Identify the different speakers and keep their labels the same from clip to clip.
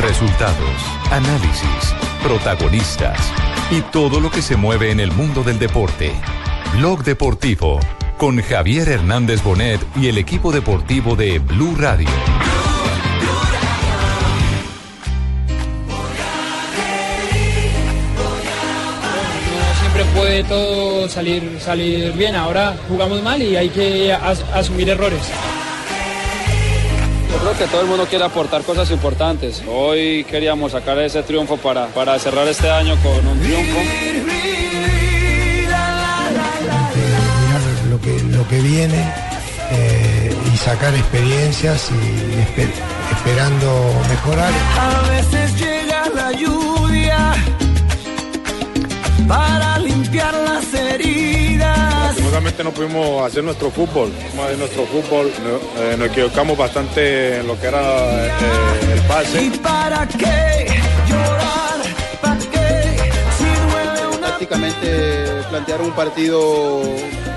Speaker 1: Resultados, análisis, protagonistas y todo lo que se mueve en el mundo del deporte. Blog Deportivo con Javier Hernández Bonet y el equipo deportivo de Blue Radio.
Speaker 2: siempre puede todo salir, salir bien. Ahora jugamos mal y hay que as- asumir errores.
Speaker 3: Yo creo que todo el mundo quiere aportar cosas importantes. Hoy queríamos sacar ese triunfo para, para cerrar este año con un triunfo.
Speaker 4: mirar lo que, lo que viene eh, y sacar experiencias y espe- esperando mejorar.
Speaker 5: A veces llega la lluvia para limpiar las heridas.
Speaker 6: Seguramente no pudimos hacer nuestro fútbol, más de nuestro fútbol, no- eh, nos equivocamos bastante en lo que era eh, el pase.
Speaker 5: ¿Para qué llorar? ¿Para qué? Si duele una
Speaker 7: prácticamente plantearon un partido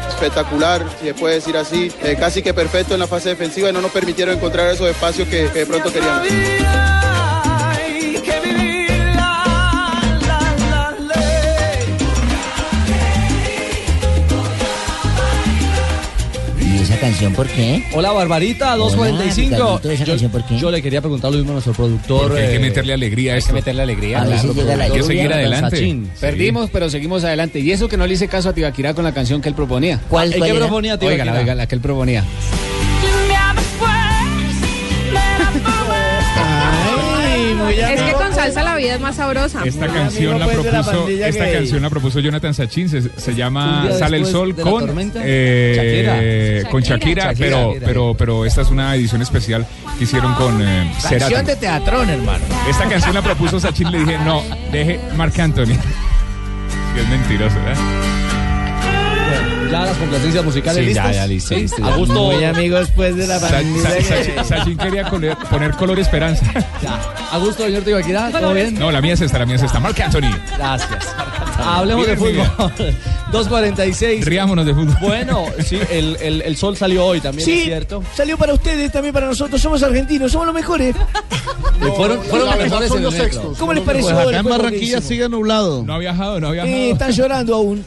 Speaker 7: espectacular, si se puede decir así, eh, casi que perfecto en la fase defensiva y no nos permitieron encontrar esos espacios que, que de pronto queríamos.
Speaker 5: vida hay que vivirla. La, la, la.
Speaker 8: ¿Y esa canción por qué?
Speaker 9: Hola Barbarita,
Speaker 8: Hola,
Speaker 9: 245.
Speaker 8: Ricardito, ¿esa canción por qué?
Speaker 9: yo le quería preguntar lo mismo a nuestro productor.
Speaker 10: Porque hay que
Speaker 9: eh,
Speaker 10: meterle alegría a
Speaker 11: Hay que
Speaker 10: esto.
Speaker 11: meterle alegría.
Speaker 8: A
Speaker 11: claro.
Speaker 8: veces llega la
Speaker 10: Hay que
Speaker 8: lluvia.
Speaker 10: seguir
Speaker 9: Don
Speaker 10: adelante.
Speaker 9: Sachin.
Speaker 10: Sí.
Speaker 11: Perdimos, pero seguimos adelante. Y eso que no le hice caso a Tibaquirá con la canción que él proponía.
Speaker 8: ¿Cuál,
Speaker 9: ¿Y
Speaker 8: cuál
Speaker 9: qué
Speaker 8: era?
Speaker 9: proponía, tío?
Speaker 11: Oiga, la,
Speaker 9: Aquila?
Speaker 11: oiga, la que él proponía.
Speaker 9: Ay, muy
Speaker 12: Es que con salsa la vida es más sabrosa.
Speaker 10: Esta canción, la
Speaker 9: pues, de la
Speaker 10: propuso,
Speaker 9: pandilla
Speaker 10: esta
Speaker 9: gay.
Speaker 10: canción la propuso Jonathan Sachin, se, se
Speaker 9: Un
Speaker 10: llama
Speaker 9: día
Speaker 10: Sale el
Speaker 9: después
Speaker 10: Sol
Speaker 9: de la
Speaker 10: con,
Speaker 9: tormenta.
Speaker 10: eh,
Speaker 12: Shakira.
Speaker 10: con Shakira,
Speaker 9: Shakira.
Speaker 10: pero,
Speaker 9: Shakira.
Speaker 10: pero, pero esta es una edición especial que hicieron con eh, Cerati.
Speaker 11: Canción de teatrón, hermano.
Speaker 10: Esta canción la propuso Sachin, le dije, no, deje Marc Anthony. Que es mentiroso, ¿verdad?
Speaker 9: Ya las complacencias musicales
Speaker 11: Sí, ya,
Speaker 9: listas.
Speaker 11: ya, listo, listo, ya.
Speaker 9: A gusto.
Speaker 11: Muy
Speaker 9: amigos, pues, de la
Speaker 10: Sa- Sa- Sachin- Sachin quería cole- poner color esperanza.
Speaker 9: A gusto, señor Tibaquirá. ¿Todo bien?
Speaker 10: No, la mía es esta, la mía es esta. Marc Anthony,
Speaker 9: Gracias. Hablemos de
Speaker 10: Bien,
Speaker 9: fútbol. 246.
Speaker 10: riámonos de fútbol.
Speaker 9: Bueno, sí, el, el, el sol salió hoy también, es cierto.
Speaker 5: Salió para ustedes, también para nosotros. Somos argentinos, somos los mejores.
Speaker 9: Y fueron fueron los mejores en el sexto.
Speaker 5: ¿Cómo les pareció?
Speaker 13: Pues
Speaker 5: el
Speaker 13: acá en
Speaker 5: juego que
Speaker 13: Barranquilla
Speaker 5: hicimos?
Speaker 13: sigue nublado.
Speaker 10: No ha viajado, no ha viajado.
Speaker 5: Eh, están llorando aún.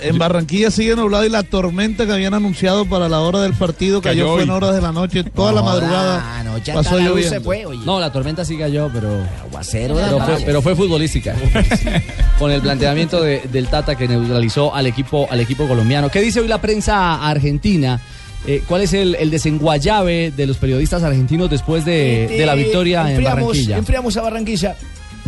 Speaker 13: En Barranquilla sigue nublado y la tormenta que habían anunciado para la hora del partido
Speaker 10: Cayó
Speaker 13: cayó, fue en
Speaker 10: hoy.
Speaker 13: horas de la noche, toda la madrugada.
Speaker 8: Ah, no, ya
Speaker 13: pasó
Speaker 8: está la luz
Speaker 13: lloviendo.
Speaker 8: se fue, oye.
Speaker 9: No, la tormenta sí cayó, pero.
Speaker 8: aguacero.
Speaker 9: Pero
Speaker 8: da
Speaker 9: fue,
Speaker 8: palo.
Speaker 9: pero fue futbolística. Con el planteamiento de- del Tata que neutralizó al equipo, al equipo colombiano. ¿Qué dice hoy la prensa argentina? Eh, ¿Cuál es el, el desenguayabe de los periodistas argentinos después de, de la
Speaker 8: Este,
Speaker 5: Eh,
Speaker 9: victoria en
Speaker 5: enfriamos-
Speaker 9: Barranquilla?
Speaker 5: Enfriamos a Barranquilla.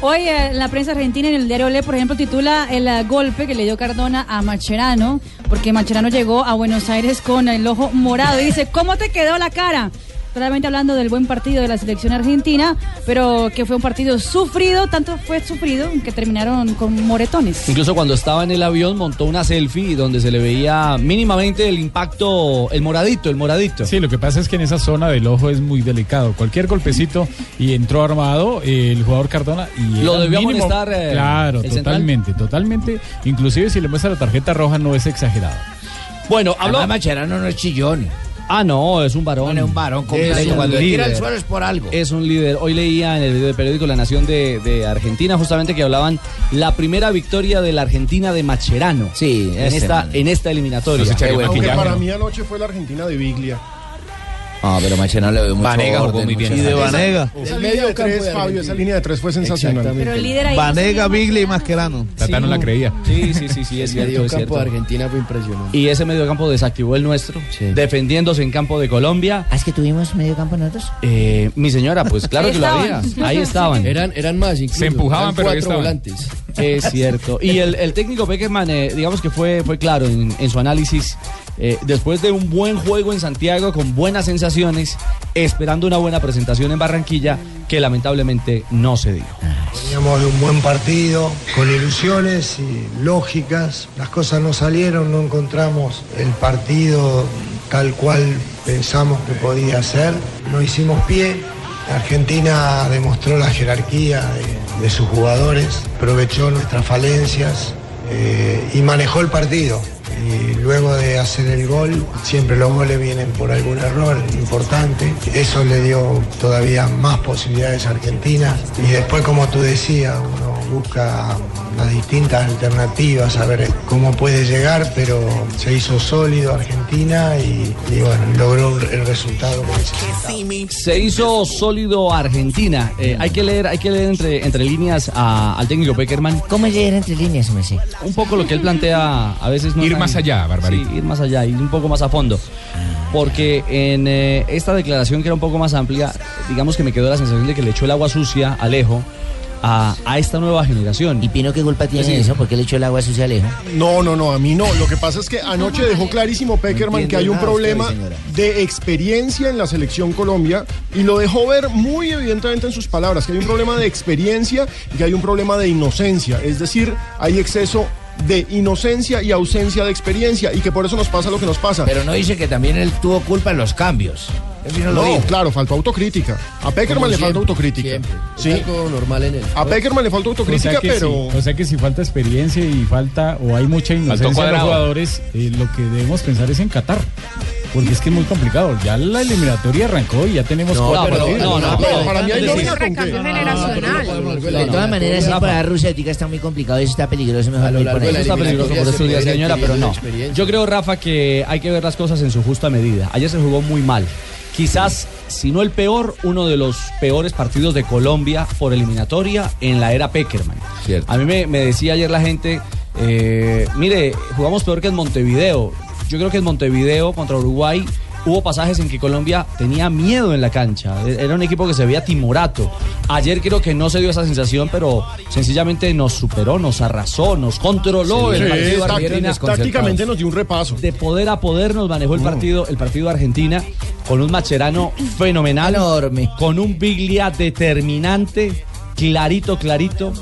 Speaker 14: Hoy eh, la prensa argentina en el diario Le, por ejemplo, titula el eh, golpe que le dio Cardona a Macherano, porque Macherano llegó a Buenos Aires con el ojo morado y dice, ¿cómo te quedó la cara? Claramente hablando del buen partido de la selección argentina, pero que fue un partido sufrido, tanto fue sufrido que terminaron con moretones.
Speaker 9: Incluso cuando estaba en el avión montó una selfie donde se le veía mínimamente el impacto, el moradito, el moradito.
Speaker 10: Sí, lo que pasa es que en esa zona del ojo es muy delicado. Cualquier golpecito y entró armado eh, el jugador Cardona y
Speaker 9: Lo
Speaker 10: era
Speaker 9: debió
Speaker 10: mínimo-
Speaker 9: amonestar, eh,
Speaker 10: claro,
Speaker 9: el central.
Speaker 10: totalmente, totalmente. Inclusive si le muestra la tarjeta roja no es exagerado.
Speaker 9: Bueno, habló.
Speaker 11: Además, Macherano no es chillón.
Speaker 9: Ah, no, es un varón.
Speaker 11: Pone un varón
Speaker 9: Es
Speaker 11: completo.
Speaker 9: un
Speaker 11: Cuando le tira al
Speaker 9: líder.
Speaker 11: suelo es por algo.
Speaker 9: Es un líder. Hoy leía en el video del periódico La Nación de, de Argentina justamente que hablaban la primera victoria de la Argentina de Macherano.
Speaker 8: Sí,
Speaker 9: en
Speaker 8: este
Speaker 9: esta,
Speaker 8: man.
Speaker 9: en esta eliminatoria.
Speaker 10: Nos echaría
Speaker 8: bueno.
Speaker 10: una
Speaker 8: Aunque
Speaker 10: pillada, ¿no?
Speaker 6: anoche fue la Argentina de Biglia.
Speaker 8: Ah, pero Machena le veo mucho
Speaker 11: Vanega jugó
Speaker 8: orden,
Speaker 11: muy bien.
Speaker 8: mucho-
Speaker 13: Y de Vanega.
Speaker 6: Esa línea de tres, Fabio, esa línea de tres fue sensacional.
Speaker 14: Pero el líder ahí.
Speaker 13: Vanega, Biglia y Mascherano.
Speaker 10: Tata no la creía.
Speaker 9: Sí, sí, sí, sí, es cierto, es cierto.
Speaker 11: Argentina fue impresionante.
Speaker 9: Y ese mediocampo desactivó el nuestro,
Speaker 11: Sí.
Speaker 9: defendiéndose en campo de Colombia.
Speaker 8: Ah, es que tuvimos medio campo nosotros.
Speaker 9: Eh, mi señora, pues claro
Speaker 14: Ahí
Speaker 9: que lo había.
Speaker 14: estaban.
Speaker 9: Ahí estaban.
Speaker 11: eran más, incluso.
Speaker 10: Se empujaban, Eran pero ahí cuatro estaban.
Speaker 9: Es cierto. Y el, el técnico Peckerman, eh, digamos que fue, fue claro en, en su análisis. eh, después de un buen juego en Santiago, con buenas sensaciones, esperando una buena presentación en Barranquilla, que lamentablemente no se dio.
Speaker 4: Veníamos de un buen partido, con ilusiones y lógicas. Las cosas no salieron, no encontramos el partido tal cual pensamos que podía ser. No hicimos pie. Argentina demostró la jerarquía de, de sus jugadores, aprovechó nuestras falencias eh, y manejó el partido.
Speaker 15: y luego de hacer el gol, siempre los goles vienen por algún error importante. Eso le dio todavía más posibilidades a Argentina. Y después, como tú decías, uno busca las distintas alternativas, a ver cómo puede llegar, pero se hizo sólido Argentina y, y bueno, logró el resultado que necesitaba.
Speaker 9: Se hizo sólido Argentina. Eh, hay que leer, hay que leer entre, entre líneas a- al técnico Peckerman. ¿Cómo leer entre líneas, Messi? Un poco lo que él plantea a veces no.
Speaker 16: Ir
Speaker 9: tan-
Speaker 16: más allá, Barbarita.
Speaker 9: Sí, ir más allá, ir un poco más a fondo. Porque en eh, esta declaración que era un poco más amplia, digamos que me quedó la sensación de que le echó el agua sucia a Alejo a, a esta nueva generación. ¿Y Pino qué culpa
Speaker 17: tiene eso?
Speaker 9: ¿Por qué le echó el agua sucia a Alejo?
Speaker 18: No, no, no, a mí no. Lo que pasa es que anoche dejó clarísimo Peckerman que hay un
Speaker 17: nada,
Speaker 18: problema
Speaker 17: usted, señora.
Speaker 18: de experiencia en la selección Colombia y lo dejó ver muy evidentemente en sus palabras, que hay un problema de experiencia y que hay un problema de inocencia. Es decir, hay exceso de inocencia y ausencia de experiencia y que por eso nos pasa lo que nos pasa. Pero
Speaker 4: no dice que también él tuvo culpa en los cambios. Eso sí no
Speaker 18: No,
Speaker 4: lo dijo.
Speaker 18: claro, faltó autocrítica. A Peckerman
Speaker 4: Como
Speaker 18: le falta
Speaker 4: siempre,
Speaker 18: autocrítica. Sí.
Speaker 4: Algo normal en él.
Speaker 19: Ah,
Speaker 18: A Peckerman le falta autocrítica,
Speaker 19: o sea que
Speaker 18: pero...
Speaker 19: si- o sea que si falta experiencia y falta o hay mucha inocencia en los
Speaker 16: cuadrado.
Speaker 19: jugadores, eh, lo que debemos pensar es en Qatar. Porque es que es muy complicado. Ya la eliminatoria arrancó y ya tenemos
Speaker 4: No,
Speaker 19: cuatro
Speaker 4: pero-
Speaker 19: partidos.
Speaker 4: no, no, pero-
Speaker 18: para mí hay
Speaker 4: Sí.
Speaker 18: nómina
Speaker 4: Recambio
Speaker 18: con que-
Speaker 17: De todas maneras, sí, para Rusia tica está muy complicado, eso está peligroso, mejor no ir por ahí.
Speaker 9: Eso está peligroso por estos días, señora, pero no. Yo creo, Rafa, que hay que ver las cosas en su justa medida. Ayer se jugó muy mal. Quizás, si no el peor, uno de los peores partidos de Colombia por eliminatoria en la era Peckerman. A mí me, me decía ayer la gente, eh, mire, jugamos peor que en Montevideo. Yo creo que en Montevideo contra Uruguay hubo pasajes en que Colombia tenía miedo en la cancha. E- Era un equipo que se veía timorato. Ayer creo que no se dio esa sensación, pero sencillamente nos superó, nos arrasó, nos controló
Speaker 18: Sí,
Speaker 9: el partido
Speaker 18: táct-
Speaker 9: Argentina.
Speaker 18: tácticamente nos dio un repaso. Mm.
Speaker 9: De poder a poder nos manejó el partido, el partido Argentina con un Macherano fenomenal, con un Biglia determinante, clarito, clarito.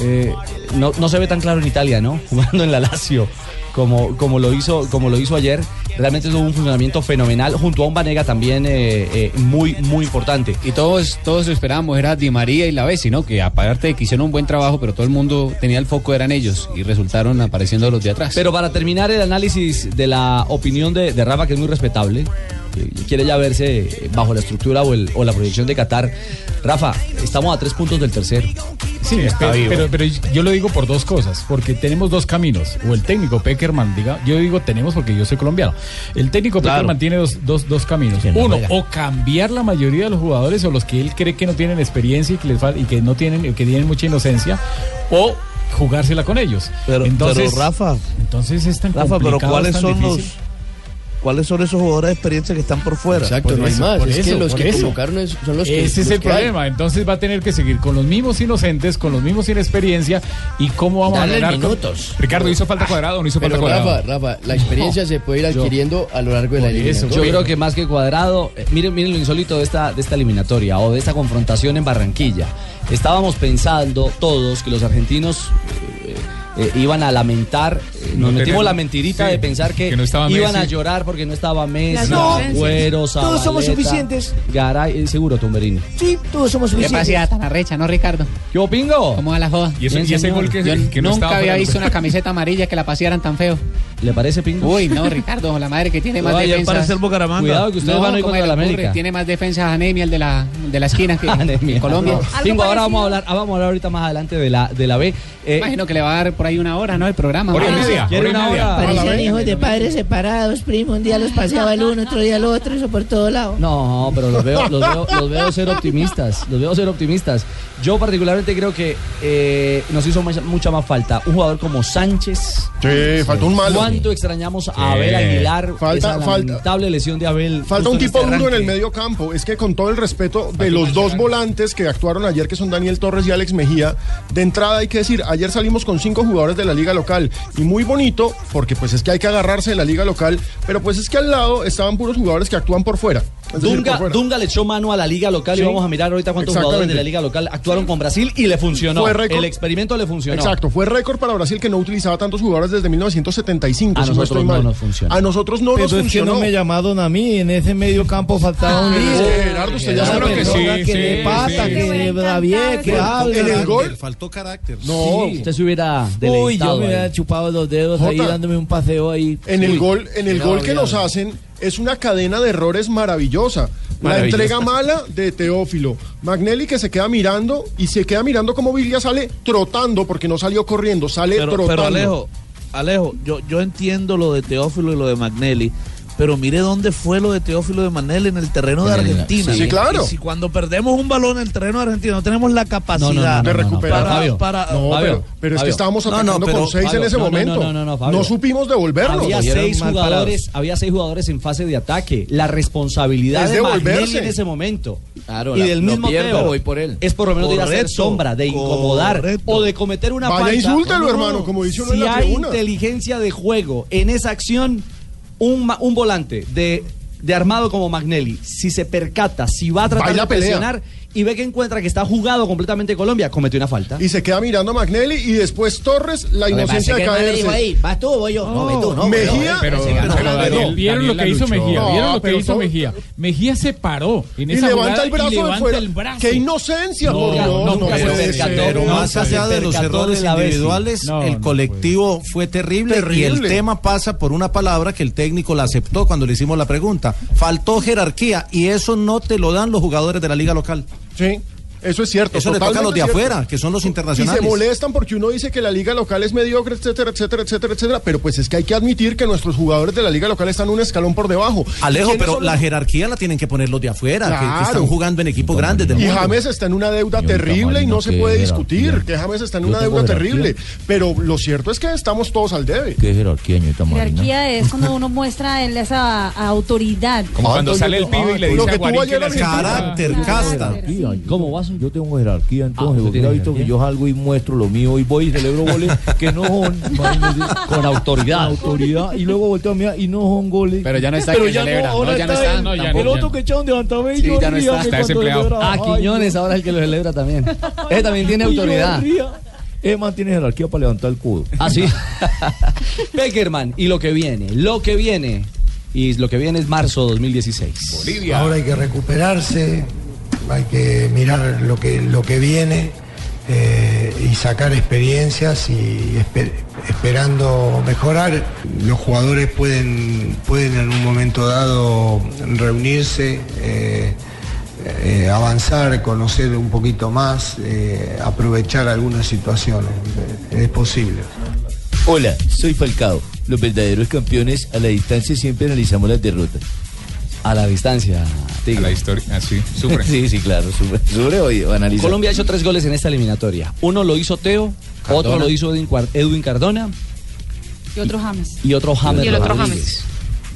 Speaker 9: Eh, no, no se ve tan claro en Italia, ¿no? Jugando en la Lazio, como, como, lo, hizo, como lo hizo ayer. Realmente tuvo un funcionamiento fenomenal, junto a un Vanega también eh, eh, muy, muy importante.
Speaker 11: Y todos, todos lo esperábamos, era Di María y la Bessi, ¿no? Que aparte de que hicieron un buen trabajo, pero todo el mundo tenía el foco, eran ellos, y resultaron apareciendo los de atrás.
Speaker 9: Pero para terminar el análisis de la opinión de, de Rafa, que es muy respetable, que quiere ya verse eh, bajo la estructura o, el- o la proyección de Qatar. Rafa, estamos a tres puntos del tercero.
Speaker 19: Sí,
Speaker 16: está
Speaker 19: pe-
Speaker 16: vivo.
Speaker 19: pero, pero yo lo digo por dos cosas, porque tenemos dos caminos. O el técnico Peckerman, diga, yo digo tenemos porque yo soy colombiano. El técnico
Speaker 16: Claro.
Speaker 19: Peckerman tiene dos, dos, dos caminos.
Speaker 16: no
Speaker 19: Uno,
Speaker 16: juega.
Speaker 19: o cambiar la mayoría de los jugadores o los que él cree que no tienen experiencia y que, les fal- y que no tienen, que tienen mucha inocencia, o jugársela con ellos.
Speaker 13: Pero, pero Rafa,
Speaker 19: entonces es tan
Speaker 13: Rafa, pero
Speaker 19: complicado,
Speaker 13: ¿cuáles
Speaker 19: es tan
Speaker 13: son
Speaker 19: difícil.
Speaker 13: los cuáles son esos jugadores de experiencia que están por fuera?
Speaker 19: Exacto, Por no hay pues eso, más. por Es que eso, los por que eso. convocaron
Speaker 13: son
Speaker 19: Ese es el problema. Entonces va a tener que seguir con los mismos inocentes, con los mismos sin experiencia. ¿Y cómo vamos
Speaker 4: Darle
Speaker 19: a ganar? con-
Speaker 4: minutos.
Speaker 19: Ricardo, ¿hizo falta cuadrado o no hizo
Speaker 4: Pero
Speaker 19: falta cuadrado?
Speaker 4: Rafa, Rafa, la experiencia se puede ir
Speaker 19: Yo-
Speaker 4: adquiriendo a lo largo de la
Speaker 9: Yo
Speaker 4: eliminatoria.
Speaker 9: creo que más que cuadrado, eh, miren, miren lo insólito de esta, de esta eliminatoria o de esta confrontación en Barranquilla. Estábamos pensando todos que los argentinos eh, eh, iban a lamentar, eh, nos
Speaker 16: No
Speaker 9: metimos
Speaker 16: tenemos-
Speaker 9: la mentirita
Speaker 16: sí,
Speaker 9: de pensar que,
Speaker 16: que no estaba
Speaker 9: iban
Speaker 16: Messi.
Speaker 9: a llorar porque no estaba Messi,
Speaker 16: No,
Speaker 9: Agüero,
Speaker 16: todos
Speaker 9: Zabaleta,
Speaker 16: somos suficientes.
Speaker 9: Garay, eh, seguro, Tumberini.
Speaker 11: Sí, todos somos
Speaker 9: ¿Qué suficientes. paseada
Speaker 11: tan arrecha, ¿no, Ricardo?
Speaker 9: Yo pingo?
Speaker 11: ¿Cómo va la joda?
Speaker 9: ¿Y ese- Bien, y ese señor. gol que-
Speaker 11: Yo
Speaker 9: que no estaba
Speaker 11: nunca había
Speaker 9: fuera de
Speaker 11: visto
Speaker 9: lugar?
Speaker 11: una camiseta amarilla que la pasearan tan feo.
Speaker 9: ¿Le parece pingo?
Speaker 11: Uy, no, Ricardo, la madre que tiene más
Speaker 9: No, ayer
Speaker 11: defensas.
Speaker 9: parece el Bucaramanga. Cuidado que ustedes
Speaker 11: No,
Speaker 9: van hoy
Speaker 11: ¿cómo
Speaker 9: contra
Speaker 11: le
Speaker 9: la
Speaker 11: ocurre?
Speaker 9: América.
Speaker 11: Tiene más defensas anemia el de la, de la esquina que
Speaker 9: Anemia.
Speaker 11: que Colombia.
Speaker 9: Pingo, ahora vamos a hablar, ah, vamos a hablar ahorita más adelante de la, de la B. Imagino
Speaker 11: que le va a dar por ahí una hora, ¿no? El programa.
Speaker 9: Hora y media,
Speaker 11: ¿Quiere
Speaker 9: hora y
Speaker 11: una
Speaker 9: media.
Speaker 11: hora?
Speaker 9: Parecen
Speaker 17: hijos de padres separados, primo, un día los paseaba el uno, otro día el otro, eso por todo lado.
Speaker 9: No, pero los veo, los veo, los veo ser optimistas. Los veo ser optimistas. Yo particularmente creo que eh, nos hizo mucha- mucha más falta un jugador como Sánchez.
Speaker 18: Sí, falta un malo.
Speaker 9: ¿Cuánto extrañamos
Speaker 18: Sí.
Speaker 9: a Abel Aguilar?
Speaker 18: Falta-
Speaker 9: esa
Speaker 18: falta-
Speaker 9: lamentable lesión de Abel. justo
Speaker 18: Falta un tipo
Speaker 9: este
Speaker 18: duro en el
Speaker 9: arranque.
Speaker 18: medio campo. Es que con todo el respeto de los dos volantes que actuaron ayer, que son Daniel Torres y Alex Mejía, de entrada hay que decir, ayer salimos con cinco jugadores de la liga local. Y muy bonito, porque pues es que hay que agarrarse de la liga local, pero pues es que al lado estaban puros jugadores que actúan por fuera. Es decir,
Speaker 9: Dunga,
Speaker 18: por fuera.
Speaker 9: Dunga le echó mano a la liga local
Speaker 18: Sí.
Speaker 9: y vamos a mirar ahorita cuántos jugadores de la
Speaker 18: Exactamente.
Speaker 9: liga local actuaron con Brasil y le funcionó.
Speaker 18: Fue récord.
Speaker 9: El experimento le funcionó.
Speaker 18: Exacto, fue récord para Brasil que no utilizaba tantos jugadores desde 1975.
Speaker 9: A
Speaker 18: si
Speaker 9: nosotros
Speaker 18: estoy
Speaker 9: no
Speaker 18: mal.
Speaker 9: nos funciona.
Speaker 18: A nosotros no
Speaker 8: Pero
Speaker 18: nos
Speaker 8: es que
Speaker 18: funcionó.
Speaker 8: no me llamaron a mí, en ese medio campo faltaba un
Speaker 18: Ah.
Speaker 8: líder.
Speaker 18: Gerardo, usted ya sabe que
Speaker 8: Perdola,
Speaker 18: sí,
Speaker 8: Que
Speaker 18: sí,
Speaker 8: de pata,
Speaker 18: sí.
Speaker 8: que de
Speaker 18: En
Speaker 8: Bravier, que
Speaker 18: el
Speaker 8: habla.
Speaker 18: gol-
Speaker 16: Faltó carácter.
Speaker 18: No.
Speaker 9: Sí, usted se hubiera
Speaker 8: Uy, yo
Speaker 9: deleitado
Speaker 8: me
Speaker 9: ahí.
Speaker 8: hubiera chupado los dedos ahí
Speaker 18: Jota,
Speaker 8: dándome un paseo ahí.
Speaker 18: En el
Speaker 8: Uy,
Speaker 18: gol, en el
Speaker 8: era
Speaker 18: gol que
Speaker 8: olvidable.
Speaker 18: nos hacen es una cadena de errores maravillosa. La
Speaker 8: Maravillosa.
Speaker 18: entrega mala de Teófilo. Magnelli que se queda mirando y se queda mirando como Villa sale trotando porque no salió corriendo, sale
Speaker 16: pero,
Speaker 18: trotando.
Speaker 16: pero Alejo, Alejo, yo, yo entiendo lo de Teófilo y lo de Magnelli, pero mire dónde fue lo de Teófilo y de Magnelli en el terreno de
Speaker 18: En el-
Speaker 16: Argentina.
Speaker 18: sí, claro.
Speaker 16: Y si cuando perdemos un balón en el terreno de Argentina no tenemos la capacidad
Speaker 18: de recuperar.
Speaker 16: para, para-
Speaker 18: no, pero, pero es que estábamos atacando
Speaker 16: No, no, pero-
Speaker 18: con seis
Speaker 9: Fabio,
Speaker 18: en ese
Speaker 9: no, no,
Speaker 18: momento.
Speaker 9: no, no, no, no, Fabio.
Speaker 18: supimos devolverlo.
Speaker 9: Había seis, jugadores, había seis jugadores en fase de ataque. La responsabilidad
Speaker 18: Es
Speaker 9: de Magnelli
Speaker 18: devolverse.
Speaker 9: en ese momento.
Speaker 8: Claro,
Speaker 9: y
Speaker 8: la-
Speaker 9: del
Speaker 8: lo
Speaker 9: mismo
Speaker 8: pierdo,
Speaker 9: Teo.
Speaker 8: voy por él.
Speaker 9: Es por lo menos de ir a hacer
Speaker 8: Correcto,
Speaker 9: sombrar, de incomodar
Speaker 8: correcto.
Speaker 9: o de cometer una
Speaker 8: Vaya,
Speaker 9: falta.
Speaker 8: insúltalo, hermano, como dice uno
Speaker 9: si
Speaker 8: en la
Speaker 9: hay
Speaker 8: tribuna.
Speaker 9: inteligencia de juego en esa acción, un, ma- un volante de, de armado como Magnelli, si se percata, si va a tratar
Speaker 18: Baila
Speaker 9: de
Speaker 18: pelea.
Speaker 9: presionar y ve que encuentra que está jugado completamente Colombia, cometió una falta.
Speaker 18: Y se queda mirando a Magnelli y después Torres, la
Speaker 9: Lo que
Speaker 18: inocencia
Speaker 9: pasa
Speaker 18: de
Speaker 9: es que el man le
Speaker 18: caerse.
Speaker 9: dijo ahí,
Speaker 8: ¿Vas tú o voy yo? No, ve tú, no.
Speaker 18: Mejía,
Speaker 19: Pero,
Speaker 18: No,
Speaker 19: pero
Speaker 18: no,
Speaker 19: Daniel-
Speaker 18: no.
Speaker 19: vieron lo que
Speaker 18: Daniel
Speaker 19: hizo
Speaker 18: la luchó.
Speaker 19: Mejía, vieron
Speaker 18: No,
Speaker 19: lo que
Speaker 18: pero
Speaker 19: hizo
Speaker 18: todo-
Speaker 19: Mejía. Mejía se paró en
Speaker 18: Y
Speaker 19: esa
Speaker 18: levanta
Speaker 19: jugada
Speaker 18: el brazo
Speaker 19: y
Speaker 18: de
Speaker 19: levanta
Speaker 18: fuera.
Speaker 19: el brazo.
Speaker 18: ¡Qué inocencia, por Dios! No puede ser.
Speaker 16: Pero más allá de los errores individuales, el colectivo fue terrible, y el
Speaker 18: Terrible.
Speaker 16: tema pasa por una palabra que el técnico la aceptó cuando le hicimos la pregunta. Faltó jerarquía y eso no te lo dan los jugadores de la liga local.
Speaker 18: Sí, eso es cierto.
Speaker 16: Eso le toca a los
Speaker 18: totalmente
Speaker 16: de
Speaker 18: cierto.
Speaker 16: afuera, que son los
Speaker 18: Y se
Speaker 16: internacionales.
Speaker 18: molestan porque uno dice que la liga local es mediocre, etcétera, etcétera, etcétera, etcétera. Pero pues es que hay que admitir que nuestros jugadores de la liga local están un escalón por debajo.
Speaker 16: Alejo,
Speaker 18: ¿Quiénes
Speaker 16: pero
Speaker 18: son
Speaker 16: la
Speaker 18: los-
Speaker 16: jerarquía la tienen que poner los de afuera, que- que,
Speaker 18: Claro.
Speaker 16: están jugando en equipos grandes del
Speaker 18: Y
Speaker 16: mundo.
Speaker 18: James está en una deuda terrible y no se puede discutir que James está en
Speaker 16: Yo
Speaker 18: una
Speaker 16: tengo
Speaker 18: deuda
Speaker 16: jerarquía.
Speaker 18: terrible. Pero lo cierto es que estamos todos al debe.
Speaker 8: ¿Qué jerarquía, ñoita
Speaker 14: Jerarquía es cuando uno muestra el- esa autoridad.
Speaker 8: Como cuando
Speaker 14: Autoridad.
Speaker 8: sale el pibe y le dice
Speaker 18: Lo
Speaker 8: a
Speaker 18: que tuvo
Speaker 8: Guarín
Speaker 18: ayer
Speaker 8: que la
Speaker 18: Argentina-
Speaker 8: Carácter,
Speaker 18: casta.
Speaker 8: ¿Cómo vas? Yo tengo jerarquía,
Speaker 9: Ah,
Speaker 8: entonces.
Speaker 18: usted
Speaker 8: porque
Speaker 18: tiene
Speaker 8: ha visto que yo salgo y muestro lo mío y voy y celebro goles que no son. imagínese,
Speaker 9: Con autoridad.
Speaker 8: Con autoridad. Y luego volteo a mirar y no son goles.
Speaker 20: Pero ya no está
Speaker 8: Pero
Speaker 20: el que
Speaker 8: ya
Speaker 20: celebra,
Speaker 8: no, ahora
Speaker 20: no, ya no
Speaker 8: está
Speaker 20: está,
Speaker 8: el-
Speaker 20: no, ya
Speaker 8: el
Speaker 20: no,
Speaker 8: otro
Speaker 20: ya.
Speaker 8: que echaron de Bantamé.
Speaker 20: Sí,
Speaker 8: yo
Speaker 20: ya no
Speaker 8: ríame
Speaker 20: está, está
Speaker 8: cuando
Speaker 20: desempleado.
Speaker 8: llora.
Speaker 9: Ah,
Speaker 8: Ay,
Speaker 9: Quiñones ahora es el que lo celebra también. Ese también tiene
Speaker 8: Y yo
Speaker 9: autoridad. Ah,
Speaker 8: ría. Ese man tiene jerarquía para levantar el cudo.
Speaker 9: Así. Peckerman, y lo que viene, lo que viene. Y lo que viene es marzo 2016.
Speaker 4: Ahora hay que recuperarse, hay que mirar lo que, lo que viene eh, y sacar experiencias y esper- esperando mejorar. Los jugadores pueden, pueden en un momento dado reunirse. eh, eh, avanzar, conocer un poquito más, eh, aprovechar algunas situaciones. Eh, Es posible.
Speaker 8: Hola, soy Falcao. Los verdaderos campeones a la distancia siempre analizamos las derrotas.
Speaker 9: A la distancia,
Speaker 8: A la historia,
Speaker 10: Ah,
Speaker 8: así, sufre. sí, sí, claro, sufre. Sufre hoy, analiza.
Speaker 9: Colombia ha hecho tres goles en esta eliminatoria. Uno lo hizo Teo, otro lo hizo Edwin Cuar- Edwin Cardona
Speaker 14: Y otro James.
Speaker 9: y otro James.
Speaker 14: Y el otro
Speaker 9: Rodríguez.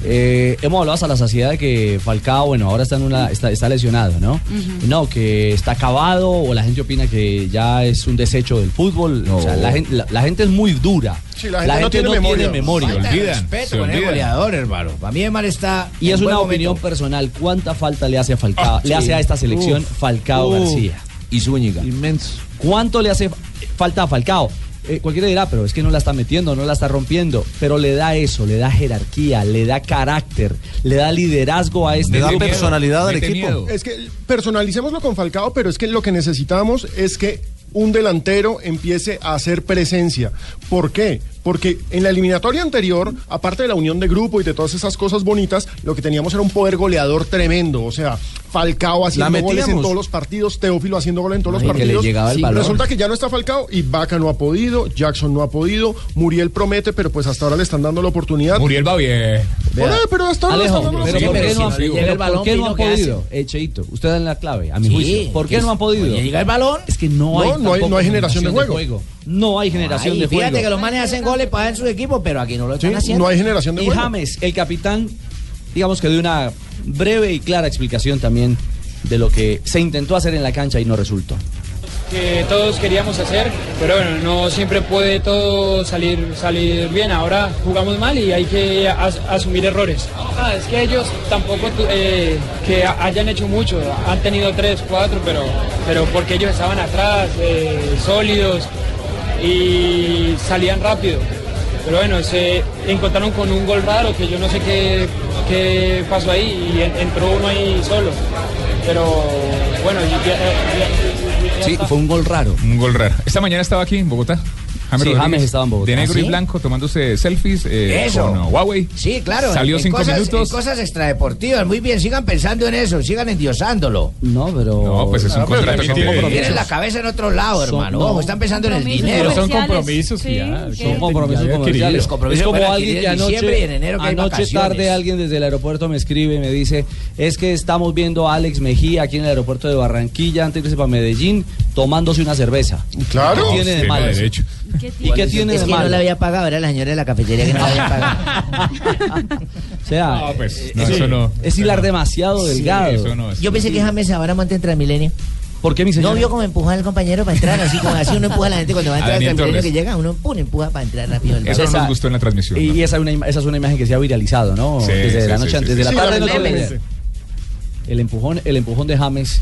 Speaker 9: Eh, hemos hablado hasta la saciedad de que Falcao, bueno, ahora está en una, está, está lesionado, ¿no?
Speaker 14: Ujú.
Speaker 9: No, que está acabado o la gente opina que ya es un desecho del fútbol. O sea, la gente, la- la gente es muy dura.
Speaker 8: Sí,
Speaker 9: la gente no tiene memoria. Se olvidan, se
Speaker 8: Respeto con el
Speaker 9: olvidan.
Speaker 8: goleador, hermano. Para mí, mal está.
Speaker 9: Y
Speaker 8: en
Speaker 9: es
Speaker 8: buen
Speaker 9: una
Speaker 8: momento.
Speaker 9: opinión personal. ¿Cuánta falta le hace a Falcao,
Speaker 8: Ah,
Speaker 9: le
Speaker 8: sí.
Speaker 9: hace a esta selección
Speaker 8: Uf.
Speaker 9: Falcao
Speaker 8: Uf.
Speaker 9: García?
Speaker 8: Y Zúñiga.
Speaker 9: Inmenso. ¿Cuánto le hace fa- falta a Falcao? Eh, cualquiera dirá, pero es que no la está metiendo, no la está rompiendo. Pero le da eso, le da jerarquía, le da carácter, le da liderazgo a este
Speaker 16: Le da
Speaker 9: grupo.
Speaker 16: personalidad al Mete
Speaker 18: Es que personalicémoslo con Falcao, pero es que lo que necesitamos es que un delantero empiece a hacer presencia. ¿Por qué? Porque en la eliminatoria anterior, aparte de la unión de grupo y de todas esas cosas bonitas, lo que teníamos era un poder goleador tremendo. O sea, Falcao haciendo goles en
Speaker 16: metíamos.
Speaker 18: todos los partidos, Teófilo haciendo goles en todos
Speaker 16: Ay,
Speaker 18: los
Speaker 16: que le
Speaker 18: partidos.
Speaker 16: llegaba el
Speaker 18: Sí,
Speaker 16: balón.
Speaker 18: Resulta que ya no está Falcao y Vaca no ha podido, Jackson no ha podido, Muriel promete, pero pues hasta ahora le están dando la oportunidad.
Speaker 16: Muriel
Speaker 18: va bien. pero hasta ahora le
Speaker 9: Alejo,
Speaker 18: están dando la
Speaker 9: pero ¿por qué
Speaker 18: oportunidad.
Speaker 9: no han,
Speaker 18: Sí,
Speaker 9: pero
Speaker 18: pero
Speaker 9: ¿por qué no han
Speaker 18: ¿qué hace?
Speaker 9: podido? Eh, Cheito, usted da la clave, a mi
Speaker 18: Sí,
Speaker 9: juicio. ¿Por
Speaker 18: que
Speaker 9: qué no
Speaker 18: es-
Speaker 9: han podido?
Speaker 18: cuando llega el
Speaker 8: balón.
Speaker 9: Es que no hay,
Speaker 18: No, no hay-
Speaker 9: tampoco
Speaker 18: no hay generación de juego.
Speaker 9: No hay generación
Speaker 8: Ay,
Speaker 9: de juego.
Speaker 8: fíjate que los manes hacen goles para en sus equipos, pero aquí no lo están haciendo.
Speaker 9: y James, el capitán, digamos que dio una breve y clara explicación también de lo que se intentó hacer en la cancha y no resultó.
Speaker 3: que todos queríamos hacer, pero bueno, no siempre puede todo salir, salir bien. Ahora jugamos mal y hay que as- asumir errores. Ah, es que ellos tampoco tu- eh, que ha- hayan hecho mucho, han tenido tres, cuatro, pero, pero porque ellos estaban atrás, eh, sólidos y salían rápido. Pero bueno, se encontraron con un gol raro que yo no sé qué, qué pasó ahí y en- entró uno ahí solo. Pero bueno, ya- ya- ya- ya
Speaker 19: Sí,
Speaker 3: está.
Speaker 19: fue un gol raro. Un gol raro. Esta mañana estaba aquí en Bogotá.
Speaker 8: Sí,
Speaker 19: Rodríguez,
Speaker 8: James estaba en Bogotá.
Speaker 19: De negro
Speaker 8: ¿Ah, sí?
Speaker 19: y blanco tomándose selfies eh,
Speaker 8: Eso.
Speaker 19: con
Speaker 10: uh,
Speaker 19: Huawei.
Speaker 8: Sí, claro.
Speaker 19: Salió
Speaker 8: en
Speaker 19: cinco
Speaker 8: cosas,
Speaker 19: minutos.
Speaker 8: En cosas extradeportivas. Muy bien, sigan pensando en eso, sigan endiosándolo.
Speaker 9: No, pero.
Speaker 19: No, pues es un
Speaker 8: Ah, pero
Speaker 19: contrato que
Speaker 8: también
Speaker 19: tiene-
Speaker 8: tienen Tienen la cabeza en otro
Speaker 19: Son-
Speaker 8: lado, hermano.
Speaker 19: no.
Speaker 8: Vamos, están pensando en el
Speaker 19: Compromisos
Speaker 8: dinero.
Speaker 19: Pero son comerciales, compromisos que sí, ya- que-
Speaker 9: Son compromisos
Speaker 19: Ya había
Speaker 9: comerciales.
Speaker 19: adquirido.
Speaker 9: Es
Speaker 19: Compromisos
Speaker 9: como
Speaker 19: para
Speaker 9: alguien
Speaker 19: adquirir
Speaker 9: que
Speaker 19: en
Speaker 9: anoche,
Speaker 19: diciembre y en enero que hay
Speaker 9: anoche
Speaker 19: vacaciones.
Speaker 9: tarde alguien desde el aeropuerto me escribe y me dice, es que estamos viendo a Alex Mejía aquí en el aeropuerto de Barranquilla antes de irse para Medellllin tomándose una cerveza.
Speaker 19: Mm,
Speaker 18: Claro.
Speaker 9: ¿Qué tiene de malo? ¿Y qué tiene
Speaker 17: es
Speaker 9: de
Speaker 17: que no
Speaker 9: malo?
Speaker 17: la había pagado, era la señora de la cafetería que no la había pagado.
Speaker 9: O sea,
Speaker 19: No, pues,
Speaker 9: eh,
Speaker 19: no,
Speaker 9: es,
Speaker 19: eso no.
Speaker 9: es hilar demasiado
Speaker 17: Sí,
Speaker 9: delgado.
Speaker 19: eso no,
Speaker 17: Yo pensé que James ahora monta en Transmilenio.
Speaker 9: ¿Por qué mi señora?
Speaker 17: No vio cómo empujaba al compañero para entrar, así como así uno empuja a la gente cuando va a
Speaker 9: A
Speaker 17: entrar al
Speaker 9: Daniel
Speaker 17: Transmilenio que
Speaker 9: Torres.
Speaker 17: llega, uno pum, empuja para entrar rápido. al
Speaker 9: Eso
Speaker 17: bar.
Speaker 9: nos gustó
Speaker 19: en la transmisión.
Speaker 9: Y esa, es una, im- esa es una imagen que se ha viralizado, ¿no?
Speaker 19: Sí,
Speaker 9: desde
Speaker 19: sí,
Speaker 9: la
Speaker 19: sí,
Speaker 9: noche
Speaker 19: sí,
Speaker 9: antes,
Speaker 19: sí,
Speaker 9: de la
Speaker 19: sí.
Speaker 9: tarde
Speaker 19: Sí,
Speaker 9: no
Speaker 19: los
Speaker 9: se
Speaker 19: memes.
Speaker 9: veía. El empujón, el empujón de James